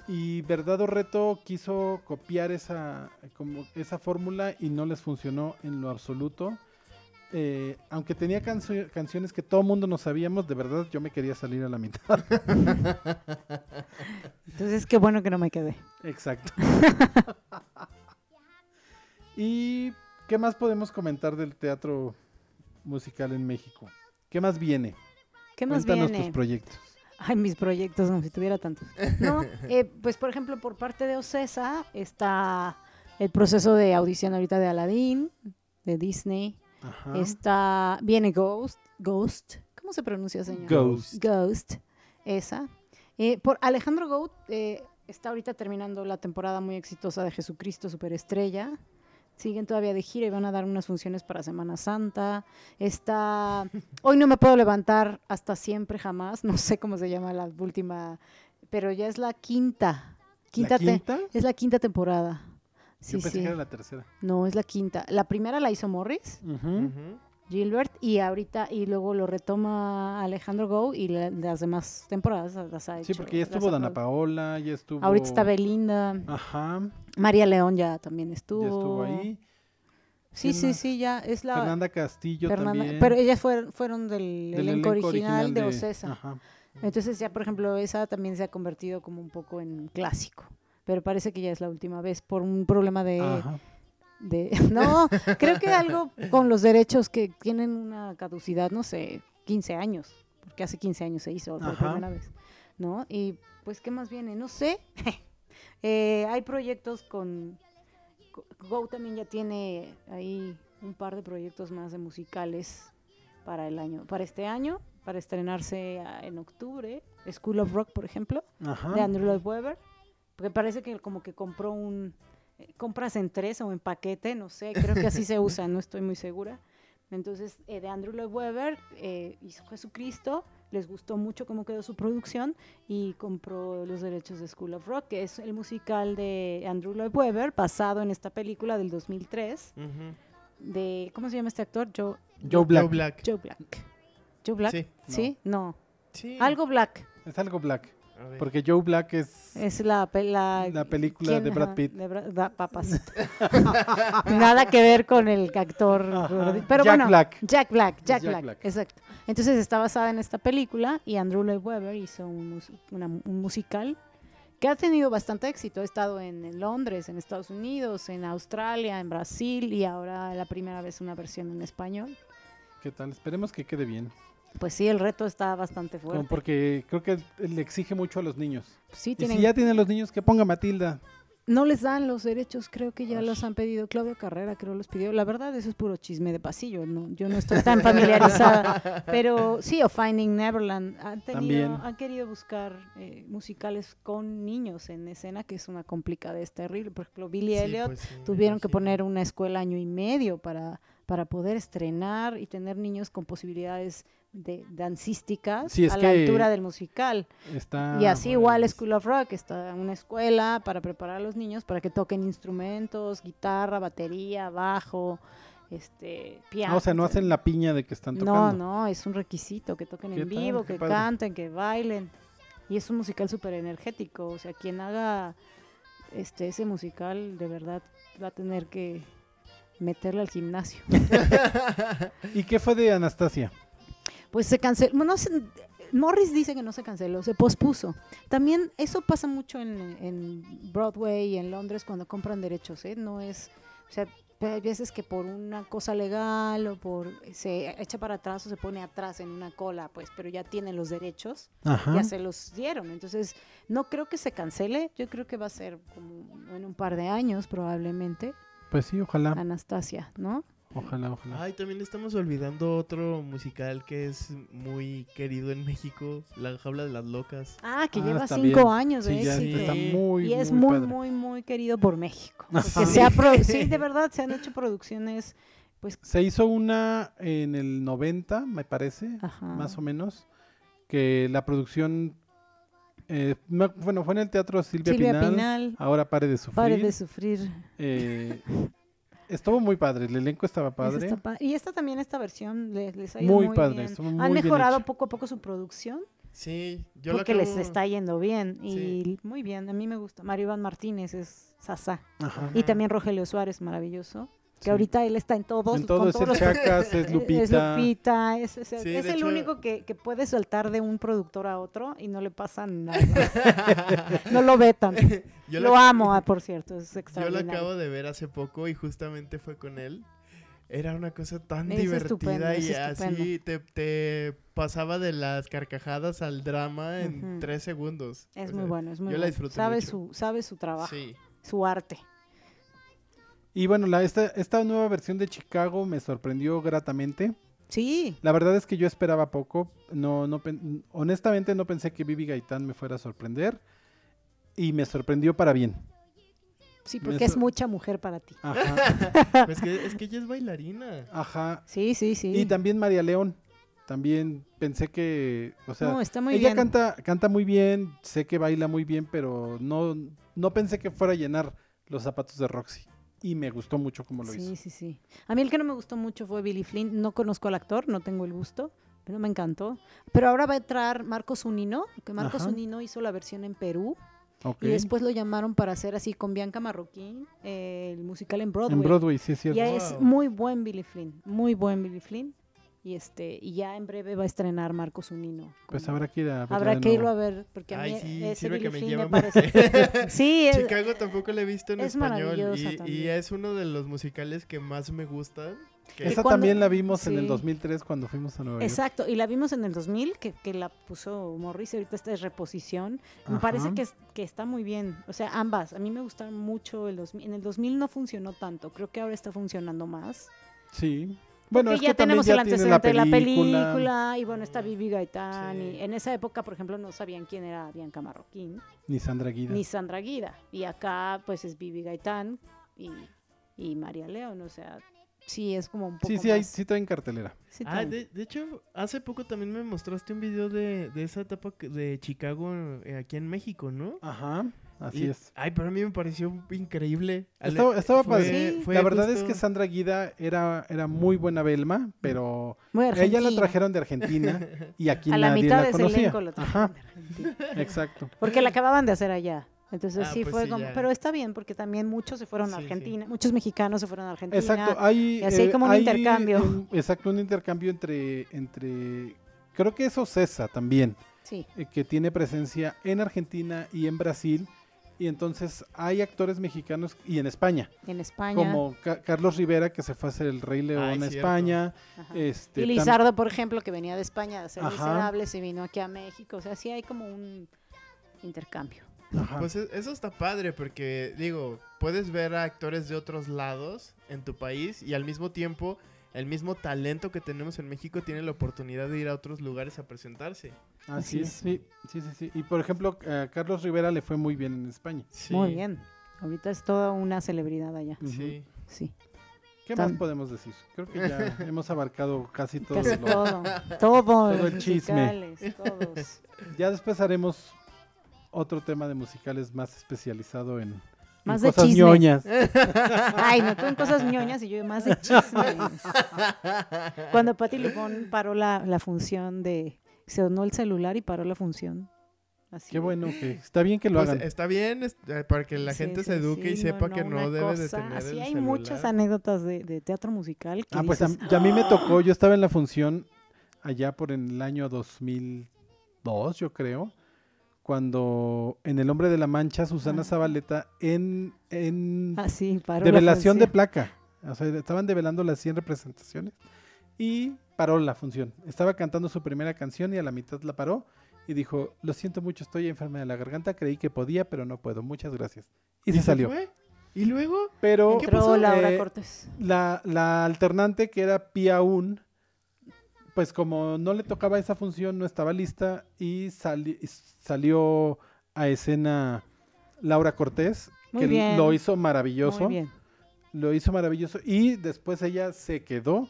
A: Y Verdad o Reto quiso copiar esa, como esa fórmula y no les funcionó en lo absoluto. Eh, aunque tenía cancio- canciones que todo mundo no sabíamos, de verdad yo me quería salir a la mitad.
C: Entonces, qué bueno que no me quedé.
A: Exacto. ¿Y qué más podemos comentar del teatro musical en México? ¿Qué más viene?
C: ¿Qué más
A: Cuéntanos
C: viene?
A: tus proyectos.
C: Ay, mis proyectos, como si tuviera tantos. No, eh, pues por ejemplo, por parte de OCESA está el proceso de audición ahorita de Aladdin, de Disney.
A: Ajá.
C: Este, Está, viene Ghost, Ghost. ¿Cómo se pronuncia, señor?
A: Ghost.
C: Ghost, esa. Eh, por Alejandro Goat eh, está ahorita terminando la temporada muy exitosa de Jesucristo Superestrella. Siguen todavía de gira y van a dar unas funciones para Semana Santa. Está Hoy no me puedo levantar hasta siempre jamás. No sé cómo se llama la última, pero ya es la quinta. Quinta,
A: ¿La
C: te-
A: quinta?
C: es la quinta temporada. Sí,
A: Yo pensé
C: sí.
A: que era la tercera.
C: No, es la quinta. La primera la hizo Morris.
B: Ujú.
C: Gilbert y ahorita y luego lo retoma Alejandro Go y la- las demás temporadas las ha hecho.
A: Sí, porque ya
C: las
A: estuvo
C: ha
A: Dana
C: produ-
A: Paola, ya estuvo.
C: Ahorita está Belinda,
A: Ajá,
C: María León ya también estuvo.
A: ya estuvo ahí.
C: Sí,
A: ¿Quién
C: sí,
A: más?
C: sí, ya es la
A: Fernanda Castillo
C: Fernanda-
A: también.
C: pero ellas fueron, fueron del,
A: del
C: elenco,
A: elenco ah.
C: original, de Ocesa.
A: Ajá.
C: Entonces ya, por ejemplo, esa también se ha convertido como un poco en clásico. Pero parece que ya es la última vez por un problema de...
A: Ajá.
C: de no, creo que algo con los derechos que tienen una caducidad, no sé, 15 años. Porque hace 15 años se hizo por
A: Ajá.
C: primera vez. ¿No? Y pues, ¿qué más viene? No sé. Eh, hay proyectos con... Go también ya tiene ahí un par de proyectos más de musicales para el año, para este año, para estrenarse ah, en octubre. School of Rock, por ejemplo,
A: Ajá.
C: de Andrew Lloyd Webber, porque parece que como que compró un eh, compras en tres o en paquete, no sé, creo que así se usa, no estoy muy segura. Entonces, eh, de Andrew Lloyd Webber eh, hizo Jesucristo, les gustó mucho cómo quedó su producción y compró los derechos de School of Rock, que es el musical de Andrew Lloyd Webber, basado en esta película del 2003
B: Ujú.
C: de ¿cómo se llama este actor? Joe,
A: Joe Black.
B: Joe Black.
C: Joe Black. Joe Black.
B: Sí.
C: Sí. No.
B: Sí.
C: Algo Black.
A: Es algo Black.
B: A ver.
A: Porque Joe Black es.
C: Es la, pe- la,
A: La película de Brad
C: Eh, ah, Ajá,
A: Pitt.
C: de Bra- da- papacito. Nada que ver con el actor.
A: Ajá.
C: gordi- Pero
A: Jack
C: bueno,
A: Black.
C: Jack Black. Jack,
A: Jack
C: Black,
A: Black.
C: Exacto. Entonces está basada en esta película y Andrew Lloyd Webber hizo un, mus- una- un musical que ha tenido bastante éxito. Ha estado en, en Londres, en Estados Unidos, en Australia, en Brasil y ahora la primera vez una versión en español.
A: ¿Qué tal? Esperemos que quede bien.
C: Pues sí, el reto está bastante
A: Como
C: fuerte.
A: porque creo que le exige mucho a los niños.
C: Sí,
A: Y
C: tienen
A: si ya tienen los niños, que ponga Matilda.
C: No les dan los derechos, creo que ya
A: Ay.
C: los han pedido. Claudio Carrera creo los pidió. La verdad, eso es puro chisme de pasillo. No, yo no estoy tan familiarizada. pero sí, o Finding Neverland. Han, tenido,
A: También.
C: han querido buscar eh, musicales con niños en escena, que es una complicadez terrible. Por ejemplo, Billy
B: Sí,
C: Elliot
B: pues sí, me
C: tuvieron que
B: imagino.
C: poner una escuela año y medio para para poder estrenar y tener niños con posibilidades de dancísticas
A: Sí, es
C: a la
A: que-
C: altura del musical.
A: Está,
C: y así igual
A: pues,
C: School of Rock, está una escuela para preparar a los niños para que toquen instrumentos, guitarra, batería, bajo, este, piano.
A: Ah, o sea, no hacen la piña de que están
C: No,
A: tocando.
C: no, es un requisito, que toquen
A: ¿Qué
C: en
A: tal?
C: vivo,
A: Qué
C: que
A: padre.
C: canten, que bailen. Y es un musical súper energético, o sea, quien haga este ese musical de verdad va a tener que meterle al gimnasio.
A: ¿Y qué fue de Anastasia?
C: Pues se canceló. bueno, No se- Morris dice que no se canceló, se pospuso. También eso pasa mucho en, en Broadway y en Londres cuando compran derechos, ¿eh? No es. O sea, pues hay veces que por una cosa legal o por. se echa para atrás o se pone atrás en una cola, pues, pero ya tienen los derechos,
A: Ajá.
C: ya se los dieron. Entonces, no creo que se cancele, yo creo que va a ser como en un par de años probablemente,
A: Pues sí, ojalá,
C: Anastasia, ¿no?
A: ojalá, ojalá.
B: Ay, también estamos olvidando otro musical que es muy querido en México, La Jaula de las Locas.
C: Ah, que
A: Ah,
C: lleva
A: está
C: cinco
A: bien.
C: años de
A: sí, ya
C: éxito.
A: está
B: Sí.
A: muy,
C: y es
A: muy,
C: muy,
A: padre. Ah,
C: muy, muy querido por México.
A: Ajá.
C: Porque se ha pro- sí, de verdad, se han hecho producciones,
A: Se hizo una en el 90, me parece,
C: ajá,
A: más o menos, que la producción, eh, no- bueno, fue en el teatro Silvia,
C: Silvia
A: Pinal,
C: Pinal,
A: ahora Pare de Sufrir.
C: Pare de Sufrir.
A: eh, estuvo muy padre, el elenco estaba
C: Esa
A: padre.
C: está pa- y esta también, esta versión, le- les, ha ido
A: Muy
C: muy,
A: padre,
C: bien.
A: estuvo muy
C: Han
A: bien
C: mejorado
A: hecha.
C: poco a poco su producción
B: Sí, yo la
C: porque les
B: acabo-
C: está yendo bien.
B: Sí.
C: Y muy bien, a mí me gusta. Mario Iván Martínez es sasá.
A: Ajá,
C: Y
B: Ajá.
C: también Rogelio Suárez, maravilloso. Que
A: sí.
C: ahorita él está en todos.
A: en todo
C: con
A: es
C: todos
A: el
C: los eh,
A: Chacas, es
C: Es-
A: Lupita.
C: Es Lupita, es, es- es
B: Sí, de
C: el
B: hecho-
C: único que, que puede saltar de un productor a otro y no le pasa nada. no lo vetan.
B: Yo
C: lo
B: la-
C: amo, ah, por cierto, es
B: Yo la
C: extraordinario.
B: acabo de ver hace poco y justamente fue con él. Era una cosa tan
C: Es estupendo,
B: divertida
C: es
B: y
C: estupendo.
B: así te, te pasaba de las carcajadas al drama en
C: Ujú.
B: tres segundos.
C: Es
B: O
C: muy
B: sea,
C: bueno, es muy
B: yo la
C: bueno.
B: disfruté
C: sabe
B: mucho.
C: su sabe su trabajo,
B: Sí.
C: su arte.
A: Y bueno, la, esta, esta nueva versión de Chicago me sorprendió gratamente.
C: Sí.
A: La verdad es que yo esperaba poco. No, no, pen- honestamente no pensé que Vivi Gaitán me fuera a sorprender. Y me sorprendió para bien.
C: Sí,
A: Me
C: porque es
A: sor-
C: mucha mujer para ti.
A: Ajá.
B: Es Pues que, es que ella es bailarina.
A: ajá.
C: Sí, sí, sí.
A: Y también María León. También pensé que. O sea,
C: no, está muy
A: ella
C: bien.
A: canta, canta muy bien. Sé que baila muy bien, pero no, no pensé que fuera a llenar los zapatos de Roxy. Y me gustó mucho como lo
C: sí,
A: hizo.
C: sí, sí. A mí el que no me gustó mucho fue Billy Flynn. No conozco al actor, no tengo el gusto, pero me encantó. Pero ahora va a entrar Marcos Unino, que Marcos
A: Ajá.
C: Unino hizo la versión en Perú
A: Ok.
C: y después lo llamaron para hacer así con Bianca Marroquín eh, el musical en Broadway.
A: En Broadway, sí es
C: Y
A: cierto.
C: ya es
B: Wow.
C: muy buen Billy Flynn, muy buen Billy Flynn. Y este y ya en breve va a estrenar Marcos Unino.
A: Pues
C: como-
A: habrá que ir a verla
C: habrá
A: de
C: que irlo
A: nuevo.
C: a ver porque a mí
B: Ay, sí,
C: ese
B: sirve
C: Billy
B: que me
C: Flynn me
B: llevan.
C: parece. sí, eh, es-
B: Chicago tampoco la he visto en
C: es
B: español.
C: maravillosa
B: Y, y
C: también.
B: es uno de los musicales que más me gustan. que-
A: Esa
C: cuando-
A: también la vimos en el
C: sí.
A: 2003 cuando fuimos a Nueva York.
C: Exacto, y la vimos en el 2000, que, que la puso Morris, ahorita esta es reposición. Me
A: Ajá.
C: parece que, es- que está muy bien, o sea, ambas. A mí me gustaron mucho el 2000. En el 2000 no funcionó tanto, creo que ahora está funcionando más.
A: Sí. Bueno,
C: Porque
A: es
C: ya
A: que también
C: tenemos
A: ya
C: el
A: tiene la
C: antecedente
A: película.
C: de la película, y bueno, está Vivi Gaitán,
B: Sí.
C: y en esa época, por ejemplo, no sabían quién era Bianca Marroquín,
A: Ni Sandra Guida.
C: ni Sandra Guida, y acá pues es Vivi Gaitán y, y María León, o sea, sí, es como un poco
A: Sí, sí, hay,
C: más-
A: sí traen cartelera.
C: sí
B: Ah,
C: traen-
B: de, de hecho, hace poco también me mostraste un video de, de esa etapa que- de Chicago eh, aquí en México, ¿no?
A: Ajá, así
B: Y-
A: es.
B: Ay, pero a mí me pareció increíble. Ale-
A: Estaba- estaba padre.
C: Sí.
A: la verdad es que
B: justo-
A: Sandra Guida era, era muy buena Belma, pero
C: Muy
A: ella la
C: argentina.
A: trajeron de Argentina y aquí
C: a la
A: nadie
C: mitad
A: la,
C: de ese
A: conocía.
C: elenco lo trajeron
A: Ajá,
C: de Argentina.
A: exacto.
C: Porque la acababan de hacer allá. Entonces
B: Ah,
C: sí
B: pues
C: fue
B: sí,
C: como,
B: ya.
C: pero está bien porque también muchos se fueron a
B: Sí, sí.
C: Argentina, muchos mexicanos se fueron a Argentina.
A: Exacto, ah, hay,
C: Y así hay como un intercambio.
A: un- exacto, un intercambio entre, entre, creo que eso cesa también.
C: Sí.
A: eh, que tiene presencia en Argentina y en Brasil. Y entonces hay actores mexicanos y en España,
C: En España.
A: como Ca- Carlos Rivera, que se fue a hacer el Rey León a
B: Ah, cierto.
A: España.
C: Ajá.
A: Este,
C: y
A: tam-
C: Lizardo, por ejemplo, que venía de España a ser
A: Ajá.
C: miserable, se vino aquí a México. O sea, sí hay como un intercambio.
A: Ajá.
B: Pues e- eso está padre porque, digo, puedes ver a actores de otros lados en tu país y al mismo tiempo el mismo talento que tenemos en México tiene la oportunidad de ir a otros lugares a presentarse.
A: Así
C: así
A: es,
C: es.
A: sí, sí, sí, sí. Y por ejemplo, a Carlos Rivera le fue muy bien en España.
B: Sí,
C: Muy bien. Ahorita es toda una celebridad allá.
B: Sí.
C: Sí.
A: ¿Qué
C: Tan-
A: más podemos decir? Creo que ya hemos abarcado casi todo.
C: Casi
A: lo-
C: todo. Todo.
A: el
C: los
A: chisme.
C: musicales, todos.
A: Ya después haremos otro tema de musicales más especializado en, en
C: Más de
A: cosas
C: chisme.
A: ñoñas.
C: Ay, no, tú en cosas ñoñas y yo más de chismes. Cuando Patti Lupón paró la, la función de... Se donó el celular y paró la función. Así
A: Qué
C: de-
A: bueno que está bien que lo
B: Pues,
A: hagan.
B: está bien es- eh, para que la
C: Sí,
B: gente
C: sí,
B: se eduque y
C: sí,
B: sepa que
C: una
B: no debe de
C: cosa.
B: tener
C: Sí,
B: el
C: hay
B: celular.
C: muchas anécdotas de, de teatro musical que
A: Ah, pues a,
C: dices,
A: y a mí me tocó, yo estaba en la función allá por en el año 2002, yo creo, cuando en El Hombre de la Mancha, Susana
C: Ah.
A: Zabaleta, en, en
C: "Ah, sí, paró la
A: develación de
C: función".
A: placa, o sea, estaban develando las 100 representaciones y paró la función. Estaba cantando su primera canción y a la mitad la paró y dijo, lo siento mucho, estoy enferma de la garganta, creí que podía, pero no puedo, muchas gracias. Y, se salió.
B: fue? ¿Y luego?
A: Pero...
B: ¿Qué
C: Entró
B: pasó?
C: Laura
A: Eh,
C: Cortés.
A: la, la alternante que era Pia Un, pues como no le tocaba esa función, no estaba lista y sali- salió a escena Laura Cortés,
C: Muy
A: que
C: bien.
A: lo hizo maravilloso,
C: Muy bien.
A: lo hizo maravilloso y después ella se quedó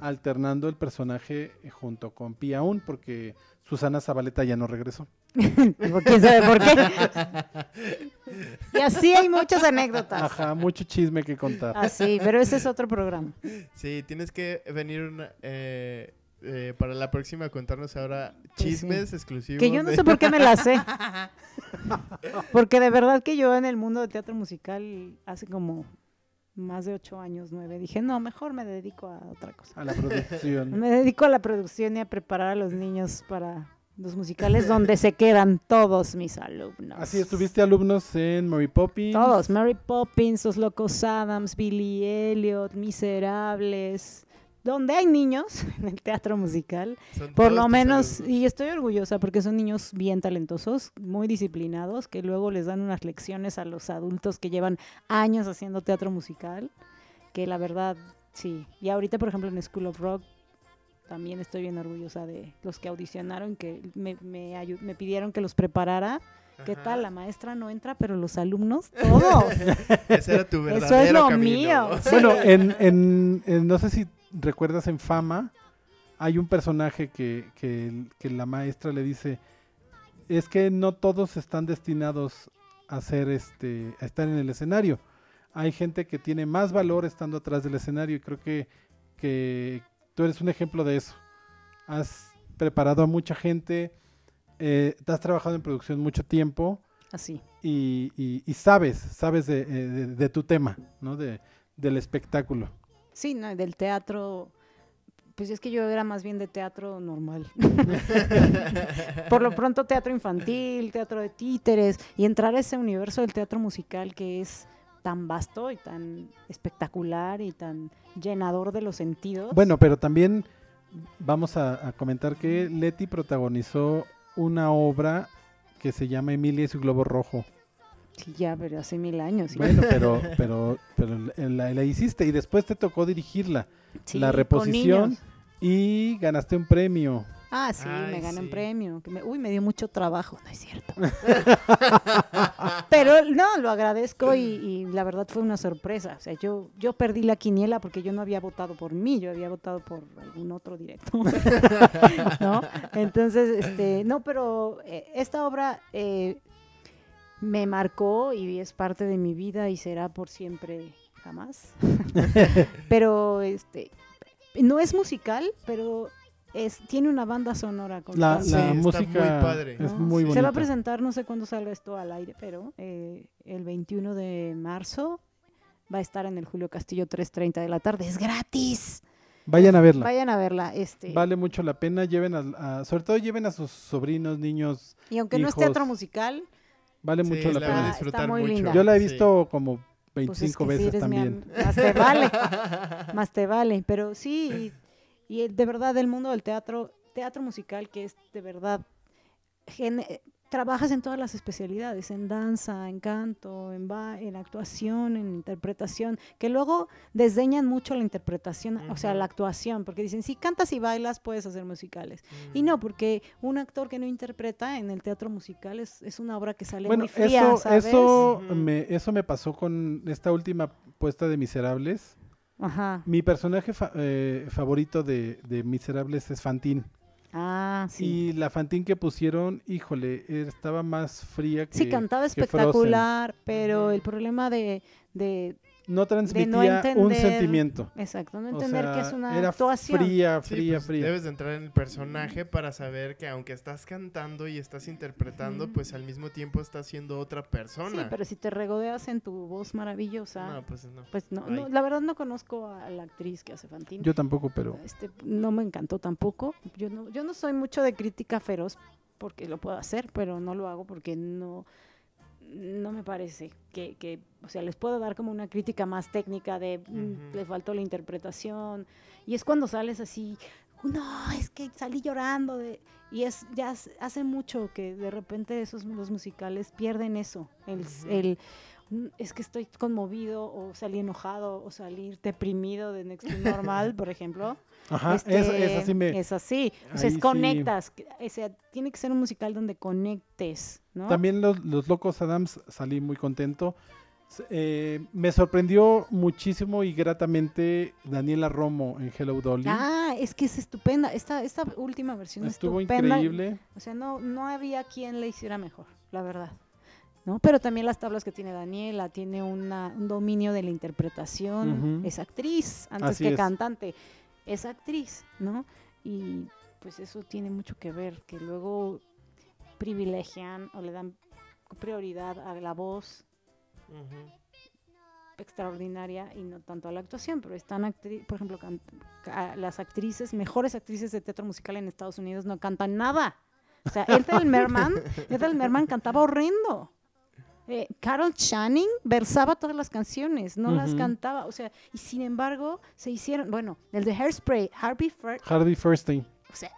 A: alternando el personaje junto con Pia Un porque Susana Zabaleta ya no regresó.
C: Digo, ¿Quién sabe por qué? y así hay muchas anécdotas.
A: Ajá, mucho chisme que contar.
C: Así, Ah, pero ese es otro programa.
B: Sí, tienes que venir una- eh, eh, para la próxima a contarnos ahora
C: Pues sí.
B: chismes exclusivos.
C: Que yo no
B: de-
C: sé por qué me la sé. Porque de verdad que yo en el mundo del teatro musical hace como más de ocho años, nueve, dije, no, mejor me dedico a otra cosa.
A: A la producción.
C: Me dedico a la producción y a preparar a los niños para los musicales donde se quedan todos mis alumnos.
A: Así estuviste alumnos en Mary Poppins.
C: Todos, Mary Poppins, Los Locos Adams, Billy Elliot, Miserables. Donde hay niños en el teatro musical,
B: son
C: por
B: todos
C: lo
B: tus
C: menos,
B: alumnos.
C: y estoy orgullosa porque son niños bien talentosos, muy disciplinados, que luego les dan unas lecciones a los adultos que llevan años haciendo teatro musical, que la verdad, sí. Y ahorita, por ejemplo, en School of Rock, también estoy bien orgullosa de los que audicionaron, que me, me ayu- me pidieron que los preparara. ¿Qué
B: Ajá.
C: tal? La maestra no entra, pero los alumnos, todos.
B: Ese era tu verdadero
C: Eso es lo
B: camino.
C: mío.
A: Bueno, en, en- en- no sé si recuerdas en Fama, hay un personaje que, que- que la maestra le dice, es que no todos están destinados a ser este, a estar en el escenario. Hay gente que tiene más valor estando atrás del escenario y creo que, que tú eres un ejemplo de eso. Has preparado a mucha gente, eh, has trabajado en producción mucho tiempo
C: Así.
A: y, y- y sabes, sabes de, eh, de- de tu tema, ¿no? De, del espectáculo.
C: Sí, no, y del teatro. Pues es que yo era más bien de teatro normal. Por lo pronto teatro infantil, teatro de títeres y entrar a ese universo del teatro musical que es tan vasto y tan espectacular y tan llenador de los sentidos.
A: Bueno, pero también vamos a, a comentar que Leti protagonizó una obra que se llama Emilia y su globo rojo.
C: Sí, ya, pero hace mil años. sí.
A: Bueno, pero, pero, pero la, la hiciste y después te tocó dirigirla
C: Sí,
A: la
C: con
A: reposición.
C: niños.
A: y ganaste un premio.
C: Ah, sí,
B: Ay,
C: me gané
B: sí.
C: un premio. que me- uy, me dio mucho trabajo, no es cierto. Pero no, lo agradezco y, y la verdad fue una sorpresa. O sea, yo, yo perdí la quiniela porque yo no había votado por mí, yo había votado por algún otro directo. ¿No? Entonces, este, no, pero eh, esta obra eh, me marcó y es parte de mi vida y será por siempre jamás. pero este no es musical, pero es, tiene una banda sonora
A: La,
C: constante.
B: Sí,
A: la
B: está
A: música
B: muy padre.
A: es
C: ¿no?
A: muy
C: Se va
A: bonita.
C: a presentar, no sé cuándo salga esto al aire, pero eh, el 21 de marzo va a estar en el Julio Castillo 3.30 de la tarde. Es gratis.
A: Vayan a verla.
C: Vayan a verla. Este,
A: Vale mucho la pena. Lleven a, a- sobre todo lleven a sus sobrinos, niños.
C: y aunque no es
A: hijos.
C: teatro musical,
A: Vale
B: Sí,
A: mucho la,
B: la
A: pena.
B: va a
C: Está-
B: disfrutar
C: está muy
B: mucho.
C: linda.
A: Yo la he
B: Sí.
A: visto como
C: pues es
A: 25
C: que sí
A: veces
C: eres mi
A: también.
C: am- más te vale. más te vale. Pero sí, y, y el- de verdad el mundo del teatro, teatro musical que es de verdad, gene- trabajas en todas las especialidades, en danza, en canto, en, ba- en actuación, en interpretación, que luego desdeñan mucho la interpretación, o sea,
B: Ujú.
C: la actuación, porque dicen, si cantas y bailas puedes hacer musicales. Y no, porque un actor que no interpreta en el teatro musical es, es una obra que sale
A: Bueno,
C: muy fría,
A: eso,
C: ¿sabes?
A: eso,
B: Ujú.
A: me, eso me pasó con esta última puesta de Miserables.
C: Ajá.
A: Mi personaje fa- eh, favorito de, de Miserables es Fantine.
C: Ah, sí.
A: Y la Fantine que pusieron, híjole, estaba más fría que.
C: sí, cantaba
A: que Frozen.
C: espectacular, pero
B: Ujú.
C: el problema de, de-
A: No transmitía un
C: entender-
A: sentimiento.
C: exacto, no
A: O
C: entender que
A: sea,
C: es una
A: era
C: actuación.
A: Fría,
B: Sí,
A: fría,
B: pues,
A: fría.
B: Debes de entrar en el personaje para saber que aunque estás cantando y estás interpretando,
C: Ujú.
B: pues al mismo tiempo estás siendo otra
C: Sí,
B: persona.
C: pero si te regodeas en tu voz maravillosa,
B: No, pues no.
C: pues no,
B: Ay.
C: no, la verdad no conozco a la actriz que hace Fantine.
A: Yo tampoco, pero.
C: Este, no me encantó tampoco. Yo no, yo no soy mucho de crítica feroz porque lo puedo hacer, pero no lo hago porque no, no me parece que, que, o sea, les puedo dar como una crítica más técnica de mm,
B: Ujú.
C: le faltó la interpretación. Y es cuando sales así, no, es que salí llorando. De... Y es, ya es- hace mucho que de repente esos los musicales pierden eso, el, s-
B: Ujú.
C: el, "Mm, es que estoy conmovido o salí enojado o salí deprimido de Next to Normal, por ejemplo.
A: Ajá, esa,
C: Este,
A: esa sí me.
C: Es así. O
A: ahí
C: sea, es
A: sí.
C: conectas. que- O sea, tiene que ser un musical donde conectes, ¿no?
A: También los, los Locos Adams salí muy contento. S- eh, me sorprendió muchísimo y gratamente Daniela Romo en Hello Dolly.
C: Ah, es que es estupenda. Esta, esta última versión
A: Estuvo
C: estupenda.
A: increíble.
C: O sea, no, no había quien le hiciera mejor, la verdad. ¿No? Pero también las tablas que tiene Daniela, tiene una, un dominio de la interpretación,
A: Ujú.
C: es actriz, antes
A: Así
C: que
A: es.
C: cantante, es actriz, ¿no? Y pues eso tiene mucho que ver, que luego privilegian o le dan prioridad a la voz
B: Ujú.
C: extraordinaria y no tanto a la actuación, pero están, actri- por ejemplo, can- ca- las actrices, mejores actrices de teatro musical en Estados Unidos no cantan nada. O sea, Ethel Merman, Ethel Merman cantaba horrendo. Eh, Carol Channing versaba todas las canciones, no las
A: Ujú.
C: cantaba, o sea, y sin embargo se hicieron, bueno, el de Hairspray, Harvey Fer,
A: Harvey Firstein.
C: o sea,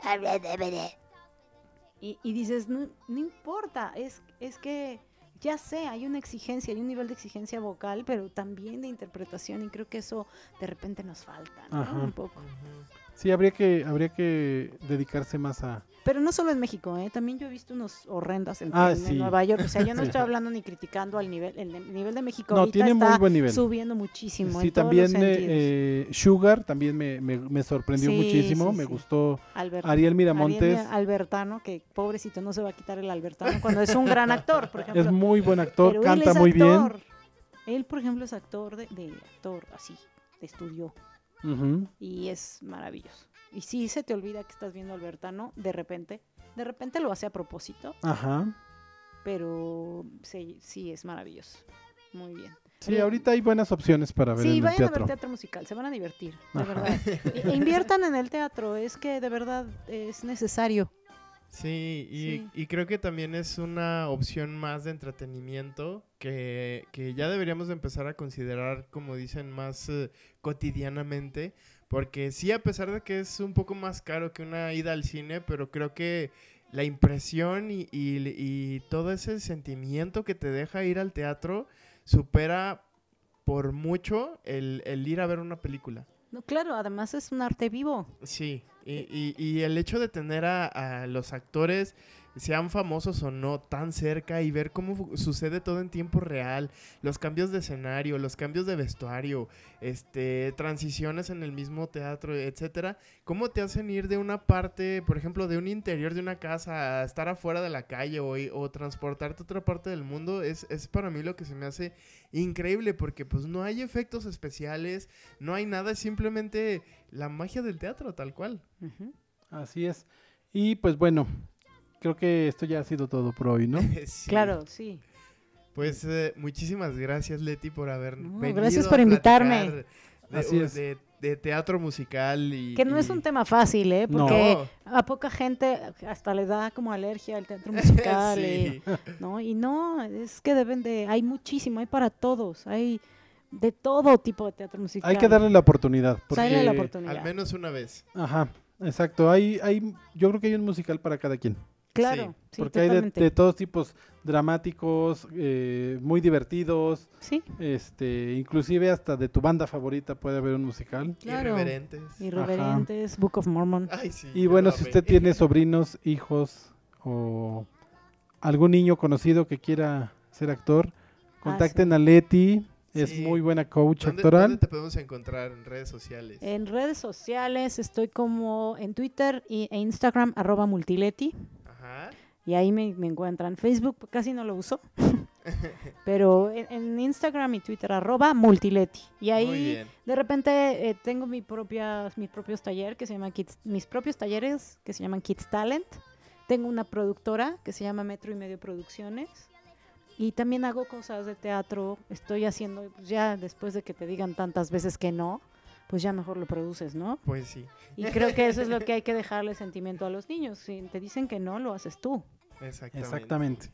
C: y, y dices, no, no importa, es, es que ya sé, hay una exigencia, hay un nivel de exigencia vocal, pero también de interpretación, y creo que eso de repente nos falta, ¿no?
A: Ajá.
C: Un poco.
B: Ujú.
A: Sí, habría que, habría que dedicarse más a.
C: Pero no solo en México, ¿eh? también yo he visto unos horrendas en,
A: Ah,
C: en
A: sí.
C: Nueva York, o sea, yo no
A: Sí.
C: estoy hablando ni criticando al nivel, el, de- el nivel de México
A: No,
C: ahorita
A: tiene
C: está
A: muy buen nivel.
C: subiendo muchísimo.
A: Sí,
C: en todos
A: también
C: los
A: eh,
C: sentidos.
A: eh, Sugar también me, me- me sorprendió
C: Sí,
A: muchísimo,
C: sí,
A: me
C: sí.
A: gustó
C: Albert-
A: Ariel Miramontes,
C: Ariel Albertano, que pobrecito no se va a quitar el Albertano cuando es un gran actor, por ejemplo.
A: es muy buen actor,
C: Pero
A: canta
C: él es
A: muy bien.
C: actor. Él, por ejemplo, es actor de, de actor, así, de estudio,
A: Ujú.
C: y es maravilloso. Y si se te olvida que estás viendo a Albertano, de repente, de repente lo hace a propósito,
A: Ajá.
C: pero sí, sí es maravilloso. Muy bien.
A: Sí, ahorita hay buenas opciones para ver
C: Sí,
A: en el
C: vayan a ver
A: teatro.
C: teatro musical, se van a divertir, de
A: Ajá.
C: verdad. E- e inviertan en el teatro, es que de verdad es necesario.
B: Sí, y,
C: Sí.
B: y creo que también es una opción más de entretenimiento que, que ya deberíamos de empezar a considerar, como dicen, más eh, cotidianamente, porque sí, a pesar de que es un poco más caro que una ida al cine, pero creo que la impresión y, y- y todo ese sentimiento que te deja ir al teatro supera por mucho el, el ir a ver una película.
C: No, claro, además es un arte vivo.
B: Sí, y, y- y el hecho de tener a, a los actores, sean famosos o no, tan cerca y ver cómo fu- sucede todo en tiempo real, los cambios de escenario, los cambios de vestuario, este, transiciones en el mismo teatro, etcétera, cómo te hacen ir de una parte, por ejemplo, de un interior de una casa a estar afuera de la calle o, i- o transportarte a otra parte del mundo, es, es para mí lo que se me hace increíble, porque pues no hay efectos especiales, no hay nada, es simplemente la magia del teatro, tal cual.
C: Ujú.
A: Así es. Y pues bueno, creo que esto ya ha sido todo por hoy, ¿no?
B: Sí.
C: Claro, sí.
B: Pues eh, muchísimas gracias, Leti, por haber
C: No,
B: venido.
C: gracias
B: a
C: por invitarme.
B: platicar De,
A: Así
B: u-
A: es.
B: de- de teatro musical y.
C: Que no es
B: y-
C: un tema fácil, ¿eh?
A: No.
C: Porque
B: No.
C: a poca gente hasta le da como alergia al teatro musical,
B: Sí.
C: y, ¿no? Y no, es que deben de, hay muchísimo, hay para todos, hay de todo tipo de teatro musical.
A: Hay que darle la oportunidad. Porque...
C: Dale la oportunidad.
B: Al menos una vez.
A: Ajá, exacto. Hay, hay, yo creo que hay un musical para cada quien.
C: Claro, sí,
A: porque hay de,
C: totalmente.
A: de todos tipos, dramáticos, eh, muy divertidos,
C: Sí,
A: este, inclusive hasta de tu banda favorita puede haber un musical.
C: Claro.
B: Irreverentes.
C: irreverentes, Book of Mormon.
B: Ay, sí,
A: Y
B: yo
A: bueno,
B: lo
A: si
B: amé.
A: usted tiene sobrinos, hijos o
C: Ah,
A: algún niño conocido que quiera ser actor, contacten a Leti. Es
B: Sí.
A: muy buena coach
B: ¿Dónde,
A: actoral.
B: dónde te podemos encontrar en redes sociales?
C: En redes sociales estoy como en Twitter y- e Instagram, arroba multileti.
B: Ajá.
C: Y ahí me, me encuentran. Facebook pues, casi no lo uso. pero en, en Instagram y Twitter, arroba multileti. Y
B: Muy
C: ahí
B: bien.
C: de repente eh, tengo mi propia, mis propios talleres que se llaman Kids, mis propios talleres que se llaman Kids Talent. Tengo una productora que se llama Metro y Medio Producciones. Y también hago cosas de teatro. Estoy haciendo, pues, ya después de que te digan tantas veces que no, pues ya mejor lo produces, ¿no?
B: Pues sí,
C: Y creo que eso es lo que hay que dejarle sentimiento a los niños. Si te dicen que no, lo haces tú.
B: exactamente.
A: Exactamente.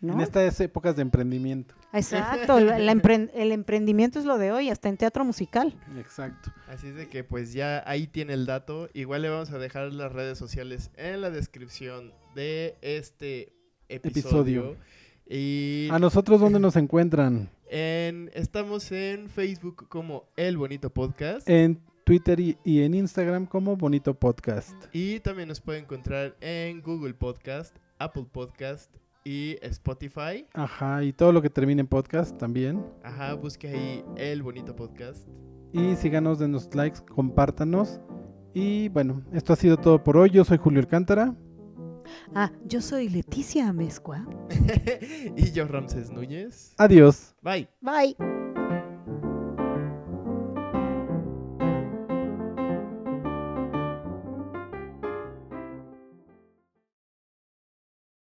C: ¿no?
A: En este estas épocas de emprendimiento.
C: Exacto, la- la empren- el emprendimiento es lo de hoy, hasta en teatro musical.
A: Exacto.
B: Así es de que pues ya ahí tiene el dato. Igual le vamos a dejar las redes sociales en la descripción de este episodio.
A: Episodio. Ah,
B: Y
A: ¿A nosotros dónde nos encuentran?
B: en- estamos en Facebook como El Bonito Podcast.
A: En Twitter y, y en Instagram como Bonito Podcast.
B: Y también nos puede encontrar en Google Podcast, Apple Podcast y Spotify.
A: Ajá, y todo lo que termine en podcast también.
B: Ajá, busque ahí El Bonito Podcast.
A: Y síganos, denos likes, compártanos. Y bueno, esto ha sido todo por hoy. Yo soy Julio Alcántara.
C: Ah, yo soy Leticia Amezcua.
B: y yo Ramses Núñez.
A: Ah. Adiós.
B: Bye.
C: Bye.